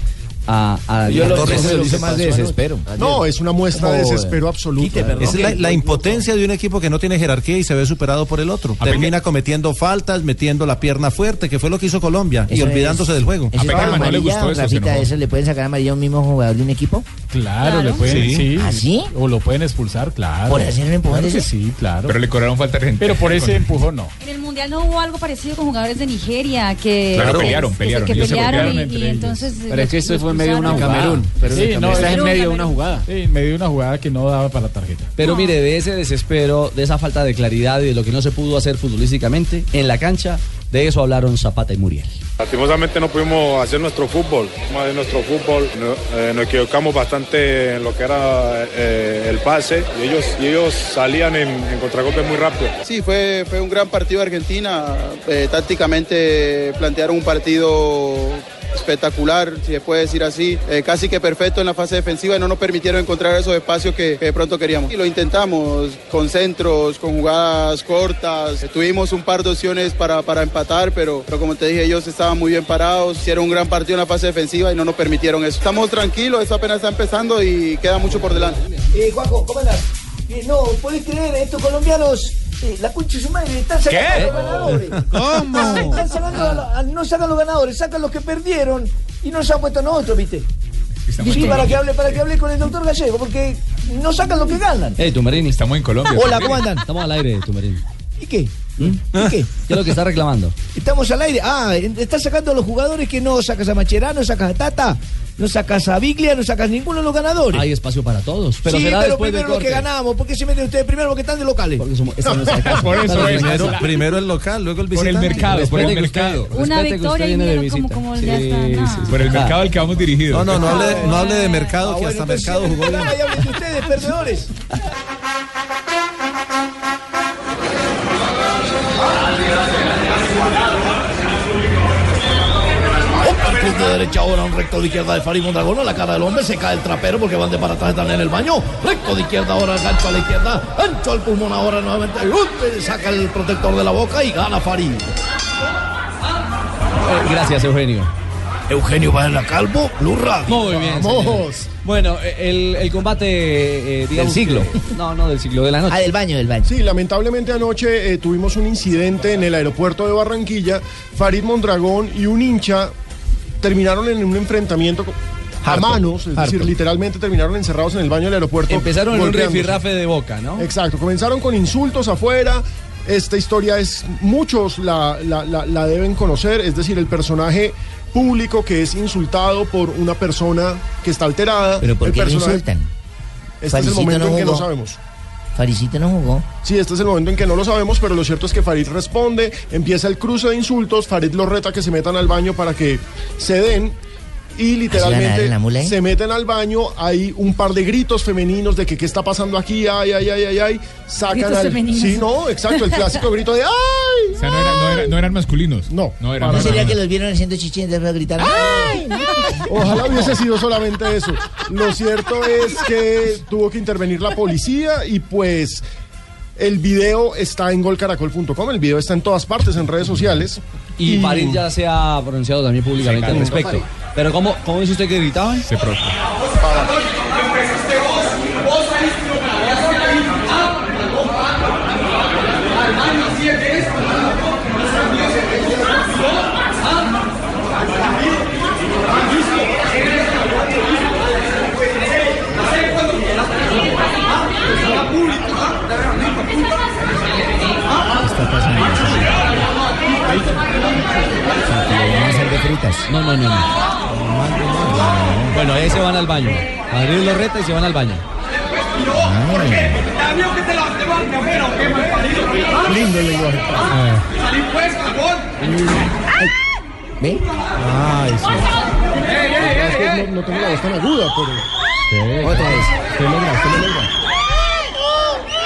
Speaker 9: a, a
Speaker 16: Yo
Speaker 9: a
Speaker 16: lo-
Speaker 9: Torres.
Speaker 16: yo lo hice más de desespero.
Speaker 18: No, es una muestra de
Speaker 16: Joder.
Speaker 18: desespero absoluto.
Speaker 16: Es la, la impotencia de un equipo que no tiene jerarquía y se ve superado por el otro. Termina cometiendo faltas, metiendo la pierna fuerte, que fue lo que hizo Colombia, y
Speaker 17: Eso
Speaker 16: olvidándose
Speaker 17: es-
Speaker 16: del juego.
Speaker 17: Eso es amarilla, Rafita, ¿eso le pueden sacar amarilla a un mismo jugador de un equipo?
Speaker 19: Claro, le pueden. Sí. O lo pueden expulsar, claro.
Speaker 17: ¿Ah, ¿Por hacer un empujón
Speaker 19: Claro
Speaker 17: de
Speaker 19: que
Speaker 17: ese?
Speaker 19: sí, claro. Pero le cobraron falta gente. Pero por ese empujón no.
Speaker 14: En el Mundial no hubo algo parecido con jugadores de Nigeria que...
Speaker 19: Claro,
Speaker 14: que-
Speaker 19: pelearon,
Speaker 14: que-
Speaker 19: pelearon,
Speaker 14: Que
Speaker 19: ellos se
Speaker 14: pelearon
Speaker 19: golpearon
Speaker 14: y-
Speaker 19: entre
Speaker 14: y,
Speaker 19: ellos.
Speaker 14: entonces...
Speaker 19: Pero es que esto fue en medio de una
Speaker 14: expulsaron.
Speaker 19: jugada. Camerún, pero de Camerún.
Speaker 14: Pero
Speaker 19: en medio de
Speaker 14: Camerún.
Speaker 19: una jugada. Sí, en medio de una jugada que no daba para la tarjeta.
Speaker 9: Pero mire, de ese desespero, de esa falta de claridad y de lo que no se pudo hacer futbolísticamente en la cancha, de eso hablaron Zapata y Muriel.
Speaker 21: Lastimosamente no pudimos hacer nuestro fútbol, más de nuestro fútbol. No- eh, nos equivocamos bastante en lo que era eh, el pase y ellos, y ellos salían en, en contragolpe muy rápido.
Speaker 7: Sí, fue, fue un gran partido de Argentina. Eh, tácticamente plantearon un partido espectacular, si se puede decir así, eh, casi que perfecto en la fase defensiva y no nos permitieron encontrar esos espacios que, que de pronto queríamos. Y lo intentamos con centros, con jugadas cortas, Eh, tuvimos un par de opciones para, para empatar, pero, pero como te dije, ellos estaban muy bien parados, hicieron un gran partido en la fase defensiva y no nos permitieron eso. Estamos tranquilos, eso apenas está empezando y queda mucho por delante.
Speaker 22: Eh, Juanjo, ¿cómo andas? Eh, no, podés creer, estos colombianos, eh, la concha de su madre, están sacando
Speaker 23: ¿Qué?
Speaker 22: a los ganadores.
Speaker 23: ¿Cómo?
Speaker 22: Están sacando a la- a- no sacan los ganadores, sacan los que perdieron y nos han puesto a nosotros, ¿viste?
Speaker 19: muy
Speaker 22: Sí, para
Speaker 19: colombiano.
Speaker 22: que hable, para que hable con el doctor Gallego, porque no sacan los que ganan.
Speaker 9: Hey, Tumberini.
Speaker 19: Estamos en Colombia.
Speaker 22: Hola, ¿cómo andan?
Speaker 9: Estamos al aire, Tumberini.
Speaker 22: ¿Y qué?
Speaker 9: ¿Y qué? ¿Qué es lo que está reclamando?
Speaker 22: Estamos al aire. Ah, en- estás sacando a los jugadores que no sacas a Macherano, sacas a Tata, no sacas a Biglia, no sacas ninguno de los ganadores.
Speaker 9: Hay espacio para todos. Pero
Speaker 22: sí,
Speaker 9: será
Speaker 22: pero
Speaker 9: después
Speaker 22: primero
Speaker 9: del
Speaker 22: los que
Speaker 9: corte.
Speaker 22: ganamos. ¿Por qué se meten ustedes primero porque están de locales? Porque
Speaker 9: somos,
Speaker 22: no es
Speaker 16: primero, primero el local, luego el
Speaker 19: Por
Speaker 16: visitante.
Speaker 19: el mercado, por el
Speaker 16: Respete que
Speaker 19: mercado.
Speaker 16: usted-
Speaker 14: Una
Speaker 16: respete que
Speaker 14: victoria
Speaker 16: usted
Speaker 14: y
Speaker 16: viene de
Speaker 14: mira como,
Speaker 16: visita.
Speaker 14: como ya está. nada.
Speaker 19: Por el
Speaker 16: Ah.
Speaker 19: mercado al que vamos dirigidos.
Speaker 16: No, no, no hable, no hable de mercado, que hasta mercado jugó bien.
Speaker 22: Ahí hablen de ustedes, perdedores.
Speaker 5: Un perfil de derecha ahora, un recto de izquierda de Farid Mondragón. A la cara del hombre se cae el trapero porque van de para atrás, están en el baño. Recto de izquierda ahora, gancho a la izquierda. Gancho al pulmón ahora nuevamente. ¡Ut! Saca el protector de la boca y gana
Speaker 9: Eh,
Speaker 5: Farid.
Speaker 9: Gracias, Eugenio.
Speaker 5: Eugenio Varela Calvo, Blue Radio.
Speaker 9: Muy bien.
Speaker 5: Vamos.
Speaker 9: señores. Bueno, eh, el, el combate, eh, eh, digamos.
Speaker 5: siglo.
Speaker 9: que- no, no, del siglo, de la noche.
Speaker 17: baño, Ah, del baño.
Speaker 18: Sí, lamentablemente anoche eh, tuvimos un incidente en el aeropuerto de Barranquilla. Farid Mondragón y un hincha terminaron en un enfrentamiento co- a
Speaker 9: Harto,
Speaker 18: manos, es decir,
Speaker 9: harto.
Speaker 18: literalmente terminaron encerrados en el baño del aeropuerto.
Speaker 9: Empezaron en un
Speaker 18: golpeándose.
Speaker 9: rifirrafe de boca, ¿no?
Speaker 18: Exacto, comenzaron con insultos afuera. Esta historia es, muchos la, la- la- la deben conocer, es decir, el personaje público que es insultado por una persona que está alterada.
Speaker 17: Pero ¿por
Speaker 18: el
Speaker 17: qué lo
Speaker 18: personaje-
Speaker 17: insultan?
Speaker 18: Este es el
Speaker 17: Farisito
Speaker 18: momento
Speaker 17: no
Speaker 18: en que no
Speaker 17: jugó.
Speaker 18: sabemos.
Speaker 17: Farisito no jugó.
Speaker 18: Sí, este es el momento en que no lo sabemos, pero lo cierto es que Farid responde, empieza el cruce de insultos, Farid los reta que se metan al baño para que se den. Y
Speaker 17: ¿Así van a dar en la mula,
Speaker 18: literalmente
Speaker 17: eh?
Speaker 18: se meten al baño, hay un par de gritos femeninos de que qué está pasando aquí, ay, ay, ay, ay, ay, sacan
Speaker 17: Gritos
Speaker 18: al...
Speaker 17: femeninos.
Speaker 18: Sí, no, exacto, el clásico grito de ¡ay!
Speaker 10: O sea, no, era- no era- no eran masculinos. No. No eran.
Speaker 17: ¿No
Speaker 10: no,
Speaker 17: sería
Speaker 10: no,
Speaker 17: que
Speaker 10: no.
Speaker 17: los vieron haciendo chichi y entonces gritaron? ¡Ay!
Speaker 18: Ojalá hubiese sido solamente eso. Lo cierto es que tuvo que intervenir la policía y pues el video está en golcaracol.com, el video está en todas partes, en redes sociales.
Speaker 5: Mm.
Speaker 9: Y París ya se ha pronunciado también públicamente al
Speaker 18: calentó
Speaker 9: respecto.
Speaker 18: París.
Speaker 9: Pero ¿cómo, cómo dice usted que gritaban? Se No, no, no, no. Bueno, ahí se van al baño. Madrid lo reta y se van al baño.
Speaker 23: Lindo el lenguaje. Salí pues, cagón.
Speaker 18: ¿Ve? Ay, sí. Es que no, no tengo la voz tan aguda, pero. Otra vez. Te logra, usted lo logra.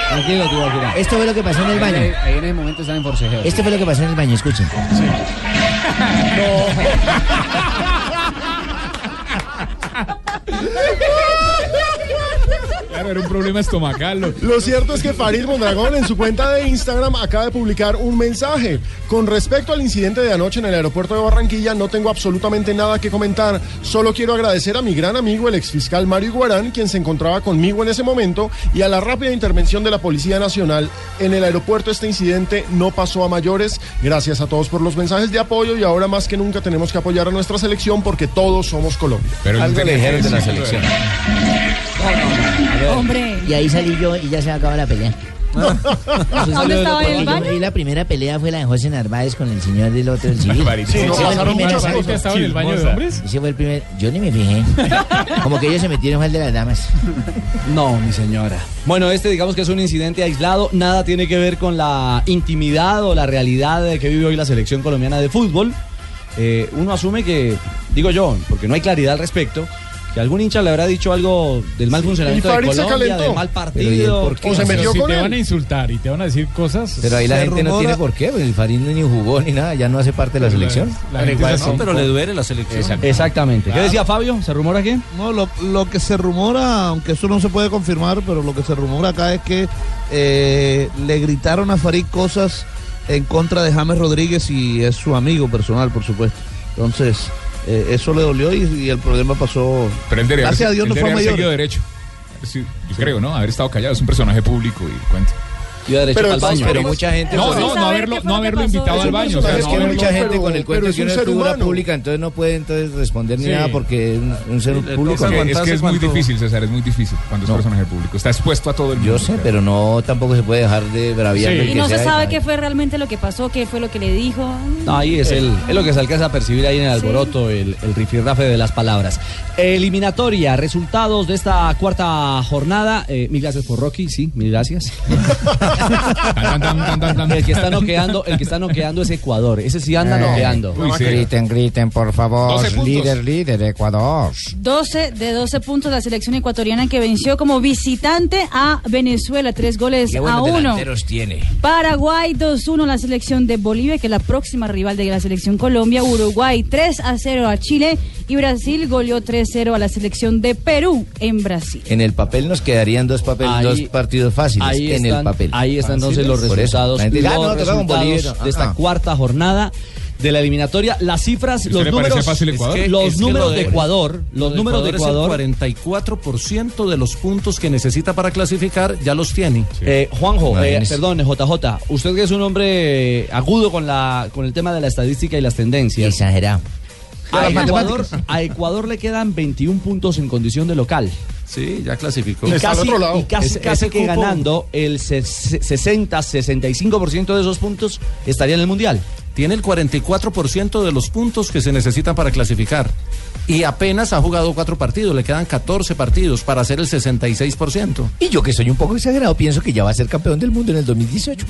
Speaker 17: Tranquilo, tío, tranquilo. Esto fue lo que pasó en el baño.
Speaker 11: Ahí en ese momento están en forcejeo.
Speaker 17: Esto fue lo que pasó en el baño, escuchen.
Speaker 10: Claro, era un problema estomacal. lo-
Speaker 18: Lo cierto es que Farid Mondragón en su cuenta de Instagram acaba de publicar un mensaje. Con respecto al incidente de anoche en el aeropuerto de Barranquilla, no tengo absolutamente nada que comentar. Solo quiero agradecer a mi gran amigo, el exfiscal Mario Guarán, quien se encontraba conmigo en ese momento, y a la rápida intervención de la Policía Nacional en el aeropuerto. Este incidente no pasó a mayores. Gracias a todos por los mensajes de apoyo y ahora más que nunca tenemos que apoyar a nuestra selección porque todos somos Colombia.
Speaker 10: Pero
Speaker 16: Algo le dijeron de la selección.
Speaker 17: Hombre. Y ahí salí yo y ya se acaba la pelea.
Speaker 14: ¿Dónde estaba en el baño?
Speaker 17: Y la primera pelea fue la de José Narváez con el señor del otro, el civil.
Speaker 10: Barbarita.
Speaker 23: Sí,
Speaker 17: Ese
Speaker 23: no,
Speaker 17: fue el
Speaker 23: pasaron
Speaker 17: primer
Speaker 23: muchas
Speaker 17: asalto.
Speaker 23: cosas. ¿Estaba en el baño de
Speaker 17: Chismosa.
Speaker 23: hombres?
Speaker 17: Ese fue el primer. Yo ni me fijé. Como que ellos se metieron fue el de las damas.
Speaker 9: No, mi señora. Bueno, este digamos que es un incidente aislado, nada tiene que ver con la intimidad o la realidad de que vive hoy la selección colombiana de fútbol. Eh, uno asume que, digo yo, porque no hay claridad al respecto, que algún hincha le habrá dicho algo del mal funcionamiento de
Speaker 18: Farid se
Speaker 9: Colombia,
Speaker 18: calentó.
Speaker 9: del mal
Speaker 18: Pero ¿y el
Speaker 9: partido.
Speaker 18: por qué? O se
Speaker 9: Pero
Speaker 18: metió
Speaker 9: si
Speaker 18: con
Speaker 9: te
Speaker 18: él.
Speaker 9: van a insultar,
Speaker 4: insultar y te van a decir cosas. Pero ahí la
Speaker 9: Se
Speaker 4: gente no
Speaker 9: rumora-
Speaker 4: tiene por qué, pues el Farid ni jugó ni nada, ya no hace parte de la selección.
Speaker 16: la gente
Speaker 4: igual,
Speaker 16: se hace un poco- Exacto.
Speaker 9: Exactamente. ¿Qué decía Fabio? ¿Se rumora qué?
Speaker 13: No, lo, lo que se rumora, aunque eso no se puede confirmar, pero lo que se rumora acá es que eh, le gritaron a Farid cosas en contra de James Rodríguez y es su amigo personal, por supuesto. Entonces, eh, eso le dolió y, y el problema pasó.
Speaker 10: Pero él debería
Speaker 13: Gracias a
Speaker 10: haber-
Speaker 13: Dios
Speaker 10: él
Speaker 13: no fue
Speaker 10: debería haber seguido
Speaker 13: mayor.
Speaker 10: derecho. Sí, yo creo, ¿no? Haber estado callado. Es un personaje público y cuenta.
Speaker 9: Iba
Speaker 10: derecho
Speaker 16: Pero pa'l entonces, baño. pero mucha gente
Speaker 10: No,
Speaker 16: por
Speaker 10: no,
Speaker 16: eso-
Speaker 10: no haberlo, no haberlo invitado
Speaker 16: Es
Speaker 10: al
Speaker 16: un
Speaker 10: baño. o sea,
Speaker 16: personaje,
Speaker 10: no
Speaker 16: es que
Speaker 10: haberlo-
Speaker 16: mucha gente con el cuento
Speaker 4: pero
Speaker 16: de
Speaker 4: es
Speaker 16: que
Speaker 4: un
Speaker 16: no es
Speaker 4: ser
Speaker 16: figura
Speaker 4: humano.
Speaker 16: pública, entonces no puede entonces responder ni
Speaker 10: Sí.
Speaker 16: nada porque es un, un ser público.
Speaker 10: Es que, es que es muy difícil, César, es muy difícil cuando es personaje público. Está expuesto a todo el mundo.
Speaker 16: Yo sé, pero no tampoco se puede dejar de braviar.
Speaker 10: Sí.
Speaker 16: del
Speaker 14: Y
Speaker 16: que
Speaker 14: no se
Speaker 16: sea.
Speaker 14: sabe qué fue realmente lo que pasó, qué fue lo que le dijo.
Speaker 9: No, ahí
Speaker 4: Eh.
Speaker 9: es, el, es lo que se alcanza a percibir ahí en el alboroto, el, el rifirrafe de las palabras. Eliminatoria, resultados de esta cuarta jornada. Eh, mil gracias por Rocky, sí, mil gracias. El que está noqueando, el que está noqueando es Ecuador. Ese sí anda
Speaker 24: Eh,
Speaker 9: noqueando.
Speaker 24: uy, sí. Griten, griten, por favor.
Speaker 9: 12 puntos.
Speaker 24: Líder, líder, Ecuador.
Speaker 14: 12 de 12 puntos la selección ecuatoriana que venció como visitante a Venezuela, tres goles
Speaker 8: Qué
Speaker 14: a
Speaker 8: buenos
Speaker 14: uno.
Speaker 8: delanteros tiene.
Speaker 14: Paraguay 2-1 la selección de Bolivia, que es la próxima rival de la selección Colombia. Uruguay 3-0 a Chile y Brasil goleó 3-0 a la selección de Perú en Brasil.
Speaker 4: En el papel nos quedarían dos, papel,
Speaker 9: Ahí-
Speaker 4: dos partidos fáciles.
Speaker 9: Ahí
Speaker 4: en
Speaker 9: están,
Speaker 4: el papel.
Speaker 9: Ahí están entonces
Speaker 4: Fáciles.
Speaker 9: los
Speaker 4: Por eso.
Speaker 9: resultados,
Speaker 4: La gente,
Speaker 9: los
Speaker 4: ah, no, toca con
Speaker 9: resultados
Speaker 4: Bolívar.
Speaker 9: de esta
Speaker 4: Ah, ah.
Speaker 9: cuarta jornada de la eliminatoria. Las cifras,
Speaker 4: ¿Usted
Speaker 9: los
Speaker 4: le parece
Speaker 9: números,
Speaker 4: fácil Ecuador? Es que-
Speaker 9: los
Speaker 4: es que
Speaker 9: números
Speaker 4: lo
Speaker 9: de
Speaker 4: de-
Speaker 9: Ecuador, los números de
Speaker 16: El
Speaker 9: Ecuador.
Speaker 16: 44% de los puntos que necesita para clasificar ya los tiene.
Speaker 9: Eh, Juanjo, eh,
Speaker 16: Imagínese.
Speaker 9: perdón, JJ, usted que es un hombre eh, agudo con, la, con el tema de la estadística y las tendencias.
Speaker 17: Exagerado.
Speaker 9: A
Speaker 16: Las
Speaker 9: Ecuador,
Speaker 16: matemáticas.
Speaker 9: a Ecuador le quedan 21 puntos en condición de local.
Speaker 16: Sí, ya clasificó.
Speaker 9: Y casi, y casi,
Speaker 16: Ese-
Speaker 9: casi
Speaker 16: ese
Speaker 9: que
Speaker 16: cupo-
Speaker 9: ganando el 60-65% de esos puntos estaría en el Mundial.
Speaker 16: Tiene el 44% de los puntos que se necesitan para clasificar. Y apenas ha jugado cuatro partidos, le quedan 14 partidos para hacer el 66%.
Speaker 4: Y yo que soy un poco exagerado, pienso que ya va a ser campeón del mundo en el 2018.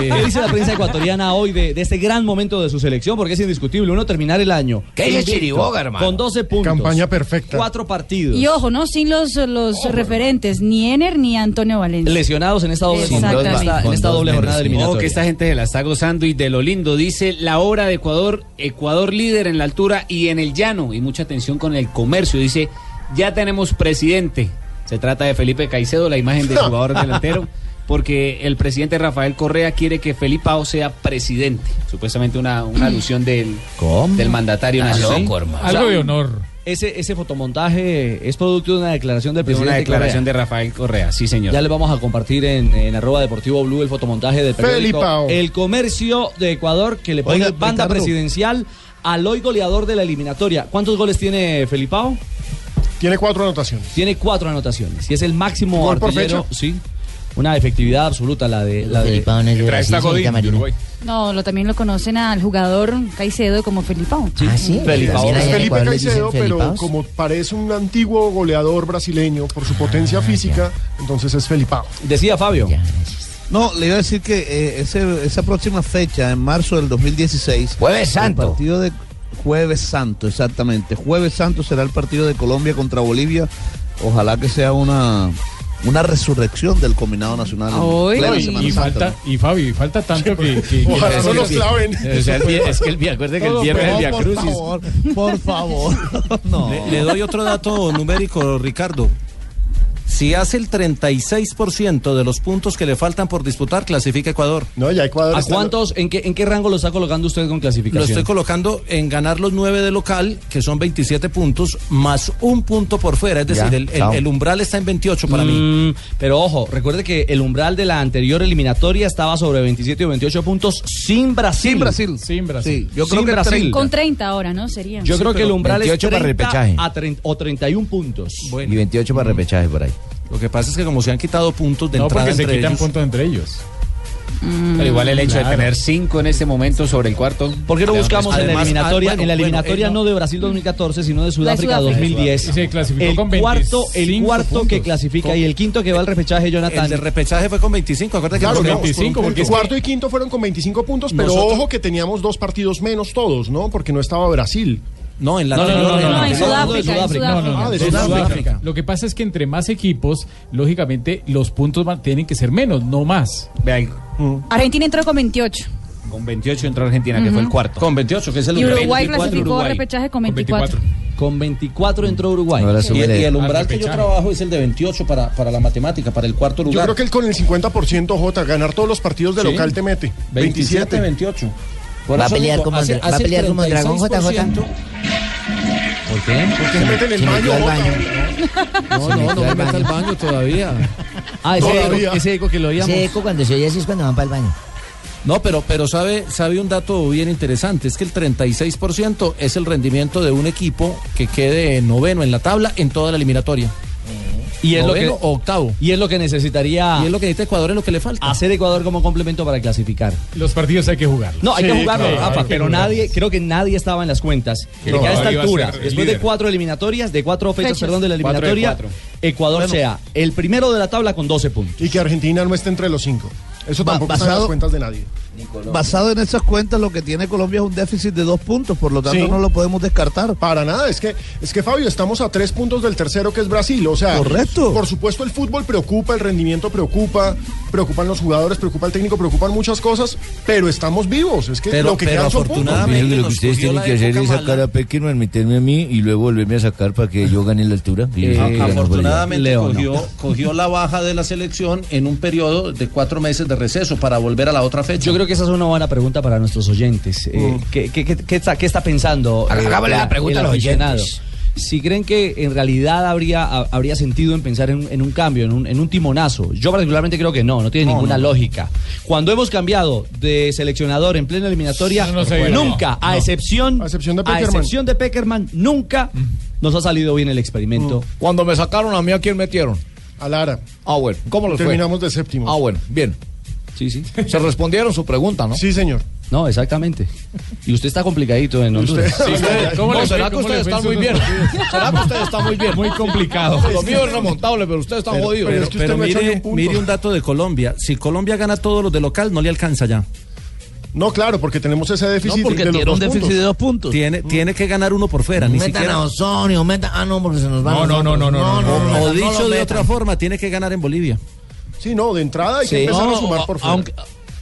Speaker 9: ¿Qué dice la prensa ecuatoriana hoy de, de este gran momento de su selección? Porque es indiscutible. Uno terminar el año.
Speaker 18: ¿Qué dice
Speaker 9: invicto,
Speaker 18: Chiriboga, hermano?
Speaker 9: Con 12 puntos.
Speaker 18: Campaña perfecta.
Speaker 9: Cuatro partidos.
Speaker 14: Y ojo, ¿no? Sin los, los referentes, ni Ener ni Antonio Valencia.
Speaker 9: lesionados en esta doble,
Speaker 14: Sin dos
Speaker 9: en esta,
Speaker 14: más,
Speaker 9: en
Speaker 14: con
Speaker 9: esta
Speaker 14: dos
Speaker 9: doble
Speaker 11: menos
Speaker 9: jornada
Speaker 11: uno.
Speaker 9: eliminatoria.
Speaker 11: Ojo Oh, que esta gente se la está gozando y de lo lindo. Dice la hora de Ecuador, Ecuador líder en la altura y en el llano. Y mucha atención con el comercio. Dice, ya tenemos presidente. Se trata de Felipe Caicedo, la imagen del jugador delantero. Porque el presidente Rafael Correa quiere que Felipao sea presidente. Supuestamente una, una alusión del, del mandatario
Speaker 9: Está
Speaker 11: nacional.
Speaker 9: loco, hermano. Algo de honor. Ese, ese fotomontaje es producto de una declaración del
Speaker 11: De
Speaker 9: presidente.
Speaker 11: una declaración de
Speaker 9: Correa.
Speaker 11: Rafael Correa, sí señor.
Speaker 9: Ya le vamos a compartir en, en arroba deportivo blue el fotomontaje del periódico
Speaker 11: Felipao.
Speaker 9: El Comercio de Ecuador que le pone
Speaker 11: Oiga,
Speaker 9: banda
Speaker 11: Ricardo.
Speaker 9: presidencial al hoy goleador de la eliminatoria. ¿Cuántos goles tiene Felipao?
Speaker 18: Tiene cuatro anotaciones.
Speaker 9: Tiene cuatro anotaciones y es el máximo
Speaker 18: Gol por
Speaker 9: artillero,
Speaker 18: fecha.
Speaker 9: sí. Una efectividad absoluta la de la de
Speaker 11: Felipao no es de Trae Brasil, esta señorita Godín, de Marina. Uruguay.
Speaker 14: No, lo, también lo conocen al jugador Caicedo como Felipao.
Speaker 9: Ah,
Speaker 14: sí.
Speaker 9: Felipao.
Speaker 18: Es Felipe
Speaker 9: Ecuador le dicen
Speaker 18: Caicedo, pero
Speaker 9: Felipaos.
Speaker 18: como parece un antiguo goleador brasileño por su
Speaker 16: Ah,
Speaker 18: potencia física, entonces es Felipao.
Speaker 9: Decía Fabio.
Speaker 13: No, le iba a decir que eh, ese- esa próxima fecha, en marzo del 2016.
Speaker 8: Jueves Santo.
Speaker 13: El partido de Jueves Santo, exactamente. Jueves Santo será el partido de Colombia contra Bolivia. Ojalá que sea una, una resurrección del combinado nacional. en plena
Speaker 19: Ay,
Speaker 13: Semana
Speaker 19: y
Speaker 13: Santa,
Speaker 19: falta,
Speaker 13: ¿no?
Speaker 19: y Fabi, y falta tanto que. que- que-
Speaker 13: Ojalá no nos
Speaker 19: que-
Speaker 13: claven.
Speaker 19: Eso
Speaker 13: O sea, el
Speaker 19: fue-
Speaker 13: vie- es
Speaker 16: que el vie- acuerde que el
Speaker 19: Todo
Speaker 16: viernes es el
Speaker 19: pegado,
Speaker 16: Via
Speaker 19: por
Speaker 16: Crucis.
Speaker 19: favor.
Speaker 13: Por favor.
Speaker 16: Le, le doy otro dato numérico, Ricardo. Si hace el 36% de los puntos que le faltan por disputar, clasifica Ecuador.
Speaker 18: No, ya Ecuador
Speaker 9: ¿A cuántos? ¿En qué, ¿En qué rango lo está colocando usted con
Speaker 16: Lo
Speaker 9: clasificación?
Speaker 16: estoy colocando en ganar los 9 de local, que son 27 puntos, más un punto por fuera. Es
Speaker 9: Ya,
Speaker 16: decir, el, el-
Speaker 9: chao.
Speaker 16: el umbral está en 28 para mí.
Speaker 9: Mm, Pero ojo, recuerde que el umbral de la anterior eliminatoria estaba sobre 27 o 28 puntos sin Brasil. Sin Brasil.
Speaker 19: Sin Brasil.
Speaker 9: yo creo
Speaker 19: Sin
Speaker 9: que
Speaker 19: Brasil.
Speaker 9: Brasil.
Speaker 14: Con 30 ahora, ¿no? Sería.
Speaker 9: Yo creo que el umbral es
Speaker 4: 28 para
Speaker 9: 30
Speaker 4: repechaje.
Speaker 9: a 30 o 31 puntos.
Speaker 4: Y 28 para repechaje por ahí.
Speaker 16: Lo que pasa es que como se han quitado puntos de
Speaker 19: No,
Speaker 16: entrada
Speaker 19: porque se
Speaker 16: entre
Speaker 19: quitan
Speaker 16: ellos,
Speaker 19: puntos entre ellos.
Speaker 11: Pero igual el hecho
Speaker 19: Claro.
Speaker 11: de tener cinco en este momento sobre el cuarto.
Speaker 9: ¿Por qué
Speaker 11: le
Speaker 9: no
Speaker 11: da un
Speaker 9: buscamos en la
Speaker 11: respiro?
Speaker 16: ah,
Speaker 9: eliminatoria, en la
Speaker 16: eh,
Speaker 9: eliminatoria
Speaker 11: él
Speaker 9: ah, eh, no. de Brasil 2014, sino de Sudáfrica
Speaker 11: Sudáfrica.
Speaker 9: 2010?
Speaker 11: Y se clasificó
Speaker 9: el
Speaker 11: con
Speaker 9: cuarto, el
Speaker 11: 25
Speaker 9: cuarto que
Speaker 11: puntos.
Speaker 9: clasifica
Speaker 11: Con-
Speaker 9: y el quinto que va al repechaje, Jonathan.
Speaker 16: El de repechaje fue con 25, acuérdate que
Speaker 18: Claro,
Speaker 16: nos
Speaker 18: no,
Speaker 16: quedamos con un punto.
Speaker 18: porque cuarto y quinto fueron con 25 puntos, pero
Speaker 16: Nosotros-
Speaker 18: ojo que teníamos dos partidos menos todos, ¿no? Porque no estaba Brasil.
Speaker 16: No, en
Speaker 18: la
Speaker 19: No, no, no, no, no, no,
Speaker 18: en
Speaker 19: no, no, no,
Speaker 18: Sudáfrica, en
Speaker 19: no, no,
Speaker 18: Sudáfrica.
Speaker 19: no,
Speaker 18: Ah, de
Speaker 19: de
Speaker 18: Sudáfrica.
Speaker 19: Sudáfrica. Lo que pasa es que entre más equipos, lógicamente, los puntos van- tienen que ser menos, no más.
Speaker 14: Argentina entró con 28.
Speaker 11: Con 28 entró Argentina, que fue el
Speaker 14: Ujú.
Speaker 11: cuarto.
Speaker 16: Con 28, que es el
Speaker 14: Y Uruguay clasificó repechaje con 24.
Speaker 9: Con 24 entró Uruguay.
Speaker 16: Y,
Speaker 9: Sí.
Speaker 16: y el umbral que yo trabajo es el de 28 para, para la matemática, para el cuarto
Speaker 18: Yo
Speaker 16: lugar.
Speaker 18: creo que el- con el 50% J, ganar todos los partidos de
Speaker 16: Sí.
Speaker 18: local te mete.
Speaker 16: 27, 28.
Speaker 18: Va a pelear con Mondra- va a pelear con Mondragón,
Speaker 16: JJ.
Speaker 9: ¿Por qué?
Speaker 16: Porque se mete en el baño,
Speaker 9: No, no, no me meta al baño todavía. Ah, ese eco, ese eco que lo oíamos.
Speaker 8: Ese eco cuando se oye así es cuando van para el baño.
Speaker 16: No, pero, pero sabe, sabe un dato bien interesante, es que el 36% es el rendimiento de un equipo que quede noveno en la tabla en toda la eliminatoria.
Speaker 9: Y es lo que-
Speaker 16: Noveno o octavo.
Speaker 9: Y es lo que necesitaría.
Speaker 16: Y es lo que necesita Ecuador, es lo que le falta.
Speaker 9: Hacer Ecuador como complemento para clasificar.
Speaker 19: Los partidos hay que jugarlos.
Speaker 9: No, hay que jugarlo, Rafa,
Speaker 19: hay que
Speaker 9: pero
Speaker 19: jugarlos.
Speaker 9: nadie, creo que nadie estaba en las cuentas.
Speaker 19: Que
Speaker 9: de que a
Speaker 19: Ecuador
Speaker 9: esta
Speaker 19: iba a
Speaker 9: altura,
Speaker 19: ser el
Speaker 9: después de
Speaker 19: líder.
Speaker 9: cuatro eliminatorias, de cuatro fechas,
Speaker 19: Fechas.
Speaker 9: perdón, de la
Speaker 19: Cuatro de
Speaker 9: eliminatoria,
Speaker 19: cuatro.
Speaker 9: Ecuador
Speaker 18: Bueno.
Speaker 9: sea el primero de la tabla con 12 puntos.
Speaker 18: Y que Argentina no esté entre los cinco. Eso
Speaker 13: Ba-
Speaker 18: tampoco está en las
Speaker 13: basado-
Speaker 18: cuentas de nadie.
Speaker 13: Basado en esas cuentas, lo que tiene Colombia es un déficit de dos puntos, por lo tanto
Speaker 18: Sí.
Speaker 13: no lo podemos descartar.
Speaker 18: Para nada, es que, es que Fabio, estamos a tres puntos del tercero que es Brasil. O sea,
Speaker 13: Correcto.
Speaker 18: por supuesto el fútbol preocupa, el rendimiento preocupa, preocupan los jugadores, preocupa el técnico, preocupan muchas cosas, pero estamos vivos. Es que
Speaker 16: Pero-
Speaker 18: lo que
Speaker 16: pero
Speaker 18: quedan son
Speaker 16: afortunadamente
Speaker 4: Miren
Speaker 18: puntos.
Speaker 4: que lo que ustedes tienen que hacer es sacar a Peckerman, meterme a mí y luego volverme a sacar para que yo gane la altura. Y
Speaker 16: Eh,
Speaker 4: eso que ganó por allá.
Speaker 16: afortunadamente cogió, cogió la baja de la selección en un periodo de cuatro meses de receso para volver a la otra fecha.
Speaker 9: Yo creo que esa es una buena pregunta para nuestros oyentes. Eh, ¿qué, qué- qué- qué está, qué está pensando? eh,
Speaker 8: Mm. Hagámosle la
Speaker 9: el-
Speaker 8: pregunta
Speaker 9: el
Speaker 8: a los
Speaker 9: aficionado?
Speaker 8: oyentes.
Speaker 9: Si creen que en realidad habría, ha- habría sentido en pensar en, en un cambio, en un, en un timonazo. Yo particularmente creo que no, no tiene
Speaker 11: No,
Speaker 9: ninguna
Speaker 11: no, no.
Speaker 9: lógica. Cuando hemos cambiado de seleccionador en plena eliminatoria,
Speaker 11: No nos ha ido bien.
Speaker 9: nunca, a
Speaker 11: No.
Speaker 9: excepción,
Speaker 11: A excepción de
Speaker 9: a
Speaker 11: Pekerman.
Speaker 9: excepción de Peckerman, nunca nos ha salido bien el experimento.
Speaker 5: Cuando me sacaron a mí, ¿a quién metieron?
Speaker 18: A Lara.
Speaker 5: Ah, bueno. ¿Cómo les fue?
Speaker 18: Terminamos de séptimo.
Speaker 5: Ah, bueno. Bien.
Speaker 9: Sí, sí.
Speaker 5: Se respondieron su pregunta, ¿no?
Speaker 18: Sí, señor.
Speaker 9: No, exactamente. Y usted está complicadito en Honduras.
Speaker 19: Usted- Usted- ¿cómo le-
Speaker 5: ¿Será que
Speaker 19: cómo le
Speaker 5: ustedes
Speaker 19: fue en
Speaker 5: están
Speaker 19: sus
Speaker 5: muy bien? ¿Será que ustedes están muy bien?
Speaker 19: Muy complicado.
Speaker 5: Lo mío es remontable, pero ustedes están
Speaker 16: Pero-
Speaker 5: jodidos.
Speaker 16: Pero, eh. pero mire, mire un dato de Colombia. Si Colombia gana todos los de local, no le alcanza ya.
Speaker 18: No, claro, porque tenemos ese déficit
Speaker 16: No, porque
Speaker 18: de los
Speaker 16: tiene
Speaker 18: dos
Speaker 16: un déficit
Speaker 18: puntos.
Speaker 16: de dos puntos. Tiene, tiene que ganar uno por fuera, ni
Speaker 8: metan a
Speaker 16: siquiera.
Speaker 8: Osorio, metan. Ah, no, porque se nos va. a nosotros.
Speaker 16: O
Speaker 8: no
Speaker 16: dicho
Speaker 8: lo
Speaker 16: de
Speaker 8: metan.
Speaker 16: otra forma, tiene que ganar en Bolivia.
Speaker 18: Sí, no, de entrada
Speaker 16: hay que empezar a sumar por fuera.
Speaker 13: Aunque,